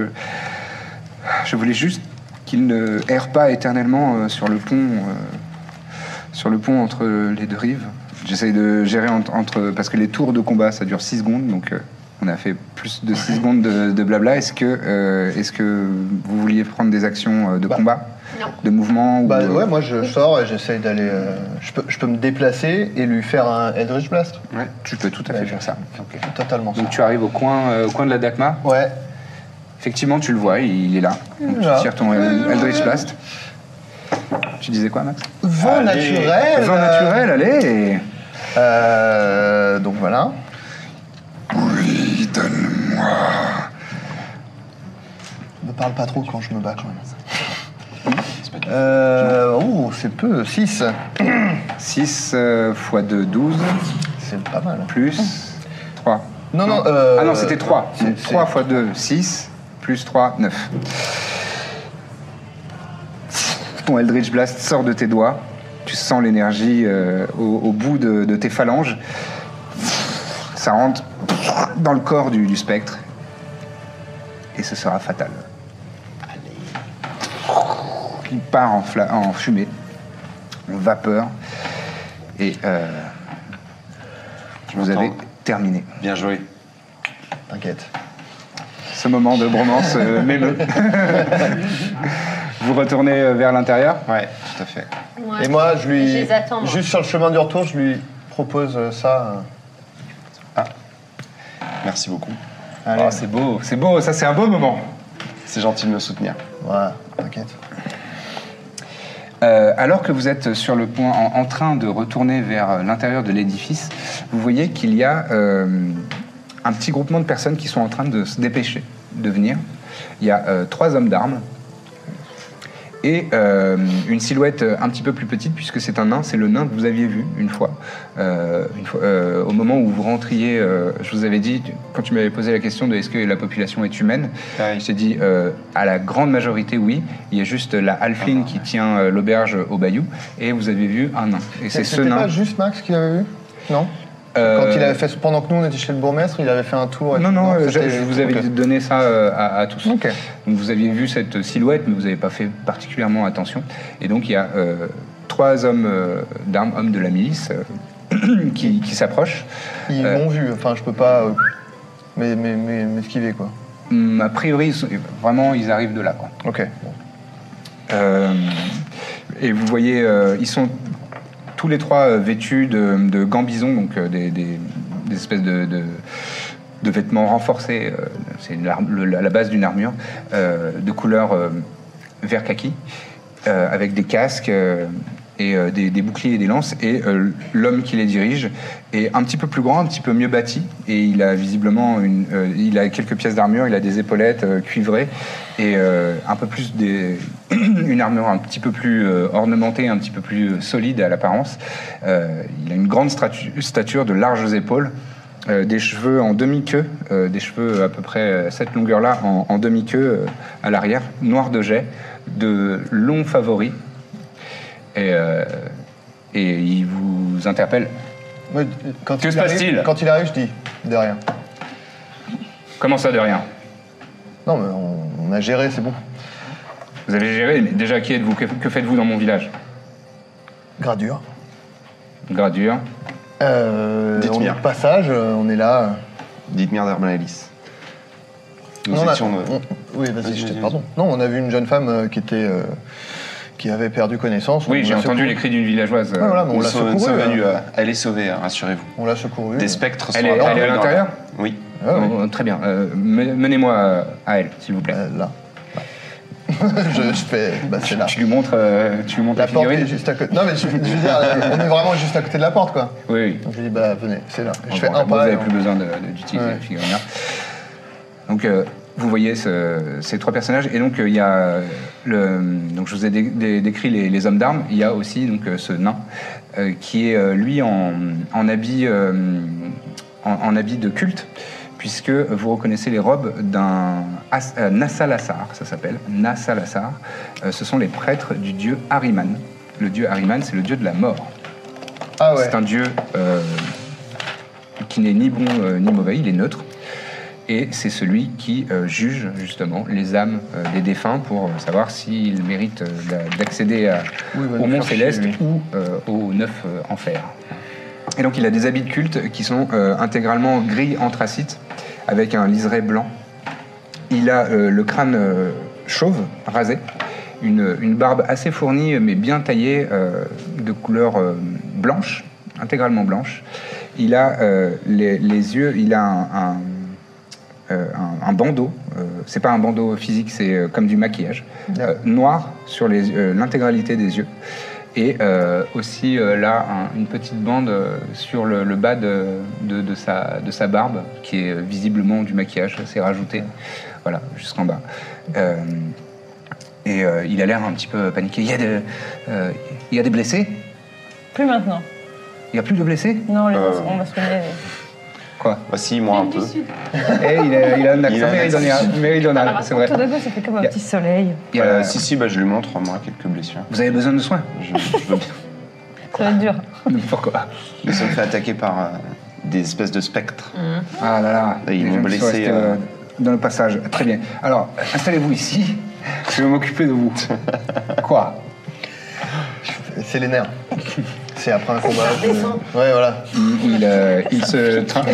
Speaker 1: je voulais juste qu'il ne erre pas éternellement euh, sur le pont, euh, sur le pont entre les deux rives. J'essaye de gérer en- entre parce que les tours de combat ça dure 6 secondes donc. euh, on a fait plus de 6 secondes de, de blabla. Est-ce que, euh, est-ce que vous vouliez prendre des actions euh, de combat
Speaker 3: Non.
Speaker 1: De mouvement ou,
Speaker 6: Bah
Speaker 1: euh,
Speaker 6: ouais, moi je sors et j'essaye d'aller. euh, je, peux, je peux me déplacer et lui faire un Eldritch Blast.
Speaker 1: Ouais, tu peux tout à fait faire ça.
Speaker 6: Totalement. ça.
Speaker 1: Donc tu arrives au coin, euh, au coin de la Dakma.
Speaker 6: Ouais.
Speaker 1: Effectivement, tu le vois, il est là. Donc,
Speaker 6: Là.
Speaker 1: tu tires ton El- Eldritch Blast. Tu disais quoi, Max
Speaker 6: Vent naturel.
Speaker 1: Vin
Speaker 6: euh,
Speaker 1: naturel, allez
Speaker 6: euh, donc voilà.
Speaker 1: Oui, donne-moi.
Speaker 6: Ne parle pas trop quand je me bats quand même. Euh, ouh, c'est peu, 6.
Speaker 1: 6 x 2, 12,
Speaker 6: C'est pas mal. hein.
Speaker 1: plus 3.
Speaker 6: Non, non, euh,
Speaker 1: Ah non, c'était 3.
Speaker 6: c'est- c'est-
Speaker 1: 3 x 2, 6, plus 3, 9. Ton Eldritch Blast sort de tes doigts. Tu sens l'énergie euh, au, au bout de, de tes phalanges. Ça rentre dans le corps du, du spectre. Et ce sera fatal. Il part en, fla- en fumée, en vapeur. Et euh, vous
Speaker 2: m'entends.
Speaker 1: avez terminé.
Speaker 2: Bien joué.
Speaker 6: T'inquiète.
Speaker 1: Ce moment de bromance euh, *laughs* m'émeut. Vous retournez euh, vers l'intérieur
Speaker 2: Ouais, tout à fait.
Speaker 3: Ouais.
Speaker 6: Et moi, je lui.
Speaker 3: Je les attends, moi.
Speaker 6: Juste sur le chemin du retour, je lui propose euh, ça.
Speaker 2: Merci beaucoup.
Speaker 6: euh, Allez,
Speaker 1: Oh, C'est beau, c'est beau, ça c'est un beau moment.
Speaker 2: C'est gentil de me soutenir.
Speaker 6: voilà, t'inquiète.
Speaker 1: Euh, alors que vous êtes sur le point, en, en train de retourner vers euh, l'intérieur de l'édifice, vous voyez qu'il y a euh, un petit groupement de personnes qui sont en train de se dépêcher de venir. Il y a euh, trois hommes d'armes et euh, une silhouette euh, un petit peu plus petite puisque c'est un nain, c'est le nain que vous aviez vu une fois. Euh, une fois euh, au moment où vous rentriez, euh, je vous avais dit, quand tu m'avais posé la question de est-ce que la population est humaine,
Speaker 2: Ouais.
Speaker 1: je t'ai dit euh, à la grande majorité oui. Il y a juste la Alphine qui tient euh, l'auberge au Bayou et vous avez vu un nain. Et c'est ce
Speaker 6: C'était
Speaker 1: nain.
Speaker 6: pas juste Max qui l'avait vu Non
Speaker 1: Euh,
Speaker 6: Quand il avait fait, pendant que nous on était chez le bourgmestre, il avait fait un tour. et
Speaker 1: Non,
Speaker 6: tout.
Speaker 1: non, euh, je,
Speaker 6: c'était-
Speaker 1: je vous avais
Speaker 6: ok.
Speaker 1: donné ça euh, à, à tous.
Speaker 6: Ok.
Speaker 1: Donc vous aviez vu cette silhouette, mais vous n'avez pas fait particulièrement attention. Et donc il y a euh, trois hommes euh, d'armes, hommes de la milice, euh, *clears throat* qui, qui s'approchent.
Speaker 6: Ils
Speaker 1: Euh,
Speaker 6: m'ont vu, enfin je peux pas euh, mais- mais- mais- m'esquiver quoi.
Speaker 1: Hum, a priori, ils sont- vraiment, ils arrivent de là. quoi.
Speaker 6: Ok.
Speaker 1: Euh, et vous voyez, euh, ils sont tous les trois euh, vêtus de, de gambisons, donc euh, des, des- des espèces de, de- de vêtements renforcés. euh, c'est une arme- le- la base d'une armure euh, de couleur euh, vert kaki, euh, avec des casques. euh, et euh, des, des boucliers et des lances, et euh, l'homme qui les dirige est un petit peu plus grand, un petit peu mieux bâti, et il a visiblement une, euh, il a quelques pièces d'armure, il a des épaulettes euh, cuivrées, et euh, un peu plus des, *clears throat* une armure un petit peu plus euh, ornementée, un petit peu plus euh, solide à l'apparence. Euh, il a une grande stratu- stature, de larges épaules, euh, des cheveux en demi-queue, euh, des cheveux à peu près euh, cette longueur-là en, en demi-queue euh, à l'arrière, noir de jet, de longs favoris. Et, euh, et il vous interpelle.
Speaker 6: Moi, Quand
Speaker 1: Que
Speaker 6: il
Speaker 1: se
Speaker 6: arrive-
Speaker 1: passe-t-il
Speaker 6: Quand il arrive, je dis de rien.
Speaker 1: Comment ça de rien
Speaker 6: Non mais on, on a géré, c'est bon.
Speaker 1: Vous avez géré, mais déjà qui êtes-vous Que, que faites-vous dans mon village
Speaker 6: Gradure.
Speaker 1: Gradure.
Speaker 6: Euh, on est
Speaker 2: Dites-moi.
Speaker 6: de passage, euh, on est là.
Speaker 2: Dithmir d'Herbalalis. Nous
Speaker 6: Non, on a-
Speaker 2: étions. euh,
Speaker 6: on- oui, vas-y,
Speaker 2: vas-y,
Speaker 6: je t'ai-
Speaker 2: vas-y.
Speaker 6: pardon. Non, on a vu une jeune femme euh, qui était euh, qui avait perdu connaissance.
Speaker 1: Oui,
Speaker 6: On
Speaker 1: j'ai
Speaker 6: l'a
Speaker 1: entendu
Speaker 6: secourue.
Speaker 1: les cris d'une villageoise. euh,
Speaker 6: Ouais, voilà, mais on
Speaker 2: nous
Speaker 6: l'a
Speaker 2: sommes-
Speaker 6: secourue.
Speaker 2: nous sommes
Speaker 6: hein.
Speaker 2: venus, euh, elle est sauvée, hein, rassurez-vous.
Speaker 6: On l'a secourue. euh,
Speaker 2: Des spectres
Speaker 1: Elle
Speaker 2: sont
Speaker 1: est- elle est à
Speaker 2: apparus dans-
Speaker 1: l'intérieur
Speaker 2: Oui.
Speaker 6: Ouais, ouais.
Speaker 1: Oh, très bien. Euh, me- Menez-moi euh, à elle, s'il vous plaît.
Speaker 6: Euh, là. *laughs* je, je fais. Bah, c'est là.
Speaker 1: Tu lui montres, euh, tu lui montres la,
Speaker 6: La porte
Speaker 1: figurine
Speaker 6: est juste à côté. Non, mais je, je veux dire, euh, on est vraiment juste à côté de la porte, quoi.
Speaker 1: Oui, oui.
Speaker 6: Donc je lui dis, bah venez, c'est là.
Speaker 1: Bon,
Speaker 6: je fais
Speaker 1: bon,
Speaker 6: un
Speaker 1: Vous
Speaker 6: pas. et
Speaker 1: n'avez
Speaker 6: on-
Speaker 1: plus besoin de- de- d'utiliser
Speaker 6: Ouais.
Speaker 1: la figurine. là. Donc, euh, vous voyez ce- ces trois personnages. Et donc, euh, il y a. Le, donc, je vous ai dé- dé- décrit les, les hommes d'armes. Il y a aussi donc, euh, ce nain euh, qui est, euh, lui, en, en habit, euh, en, en habit de culte. Puisque vous reconnaissez les robes d'un As- euh, Nassalassar, ça s'appelle Nassalassar. Euh, ce sont les prêtres du dieu Ahriman. le dieu Ahriman, c'est le dieu de la mort.
Speaker 6: Ah ouais.
Speaker 1: C'est un dieu euh, qui n'est ni bon euh, ni mauvais, il est neutre. Et c'est celui qui euh, juge justement les âmes euh, des défunts pour euh, savoir s'ils méritent euh, d'a- d'accéder à-
Speaker 6: Oui, il va
Speaker 1: au
Speaker 6: nous
Speaker 1: mont
Speaker 6: faire
Speaker 1: céleste
Speaker 6: chier, lui.
Speaker 1: ou euh, aux neuf euh, enfers. Et donc il a des habits de culte qui sont euh, intégralement gris anthracite avec un liseré blanc. Il a euh, le crâne euh, chauve, rasé, une, une barbe assez fournie mais bien taillée euh, de couleur euh, blanche, intégralement blanche. Il a euh, les, les yeux, il a un, un- euh, un- un bandeau. euh, c'est pas un bandeau physique, c'est euh, comme du maquillage euh, noir sur les- euh, l'intégralité des yeux. Et euh, aussi euh, là, un- une petite bande euh, sur le, le bas de, de- de sa, de sa barbe, qui est euh, visiblement du maquillage, c'est rajouté, voilà, jusqu'en bas. Euh, et euh, il a l'air un petit peu paniqué. Il y a, de- euh, il y a des blessés
Speaker 7: Plus maintenant.
Speaker 1: Il n'y a plus de blessés
Speaker 7: Non, les
Speaker 2: Euh.
Speaker 7: on va se soigner.
Speaker 1: Quoi
Speaker 2: Voici, moi un peu.
Speaker 1: Eh, il a, il a un
Speaker 2: Il
Speaker 1: accent
Speaker 2: a un
Speaker 1: méridional,
Speaker 2: accent.
Speaker 1: méridional, c'est vrai.
Speaker 7: Tout de go, ça fait comme un
Speaker 1: Yeah.
Speaker 7: petit soleil.
Speaker 1: Il y a-
Speaker 2: Euh, si, si, bah, je lui montre, moi, quelques blessures.
Speaker 1: Vous avez besoin de soins
Speaker 2: Je, je veux bien.
Speaker 7: Ça va être dur.
Speaker 1: *laughs* Pourquoi
Speaker 2: Nous sommes fait attaquer par euh, des espèces de spectres.
Speaker 1: Ah là là,
Speaker 2: Et ils
Speaker 1: les
Speaker 2: m'ont
Speaker 1: gens qui sont
Speaker 2: blessé,
Speaker 1: restés,
Speaker 2: euh,
Speaker 1: euh, dans le passage. Très bien. Alors, installez-vous ici. *laughs* Je vais m'occuper de
Speaker 2: *laughs*
Speaker 1: vous. Quoi
Speaker 6: C'est les nerfs. C'est après un combat. je- Ouais, voilà.
Speaker 1: Il, il, euh, il se, tra-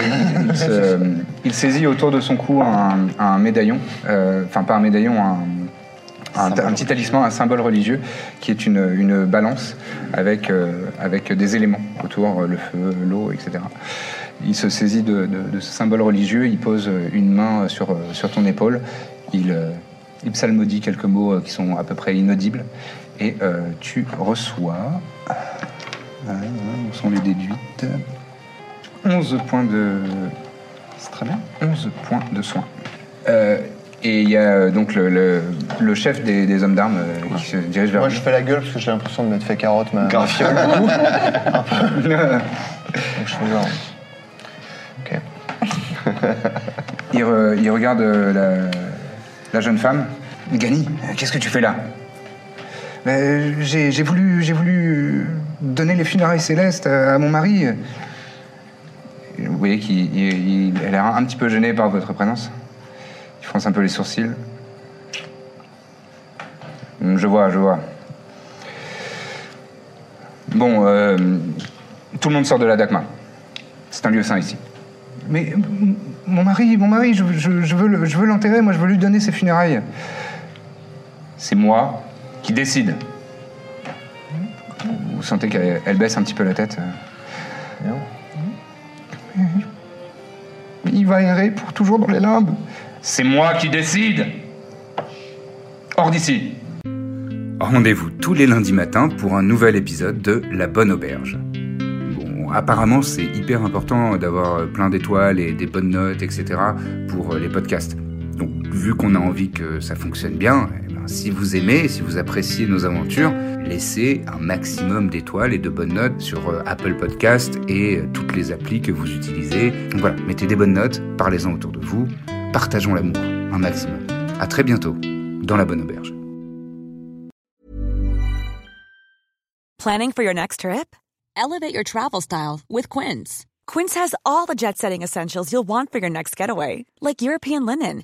Speaker 1: il se- il saisit autour de son cou un, un médaillon, euh, enfin pas un médaillon, un, un- un petit talisman, un symbole religieux, qui est une, une balance avec, euh, avec des éléments autour, euh, le feu, l'eau, etc. Il se saisit de, de- de ce symbole religieux, il pose une main sur, euh, sur ton épaule, il, euh, il psalmodie quelques mots euh, qui sont à peu près inaudibles, et euh, tu reçois... Voilà, où sont les déduites 11 points de. C'est très bien. 11 points de soins. Euh, et il y a euh, donc le, le- le chef des, des hommes d'armes euh, qui se dirige vers
Speaker 6: Moi,
Speaker 1: lui.
Speaker 6: je fais la gueule parce que j'ai l'impression de m'être fait carotte ma, ma
Speaker 2: Grave.
Speaker 6: fiole. Donc, je fais genre. Ok.
Speaker 1: il, re- il regarde euh, la, la jeune femme. Gani, euh, qu'est-ce que tu fais là Euh, J'ai j'ai voulu, j'ai voulu euh, donner les funérailles célestes à à mon mari. Vous voyez qu'il il- il a l'air un petit peu gêné par votre présence. Il fronce un peu les sourcils. Hum, Je vois, je vois. Bon, euh, tout le monde sort de la Dakma. C'est un lieu saint ici. Mais euh, m- mon mari, mon mari, je, je- je veux le- je veux l'enterrer, moi je veux lui donner ses funérailles. C'est moi qui décide. Vous sentez qu'elle elle baisse un petit peu la tête. euh.
Speaker 6: Non.
Speaker 1: Il va errer pour toujours dans les limbes. C'est moi qui décide. Hors d'ici. Rendez-vous tous les lundis matins pour un nouvel épisode de La Bonne Auberge. Bon, apparemment, c'est hyper important d'avoir euh, plein d'étoiles et des bonnes notes, etc. pour euh, les podcasts. Donc, vu qu'on a envie que ça fonctionne bien, eh ben, si vous aimez, si vous appréciez nos aventures, laissez un maximum d'étoiles et de bonnes notes sur euh, Apple Podcast et euh, toutes les applis que vous utilisez. Donc voilà, mettez des bonnes notes, parlez-en autour de vous, partageons l'amour un maximum. À très bientôt dans la bonne auberge.
Speaker 9: Planning for your next trip? Elevate your travel style with Quince. Quince has all the jet setting essentials you'll want for your next getaway, like European linen,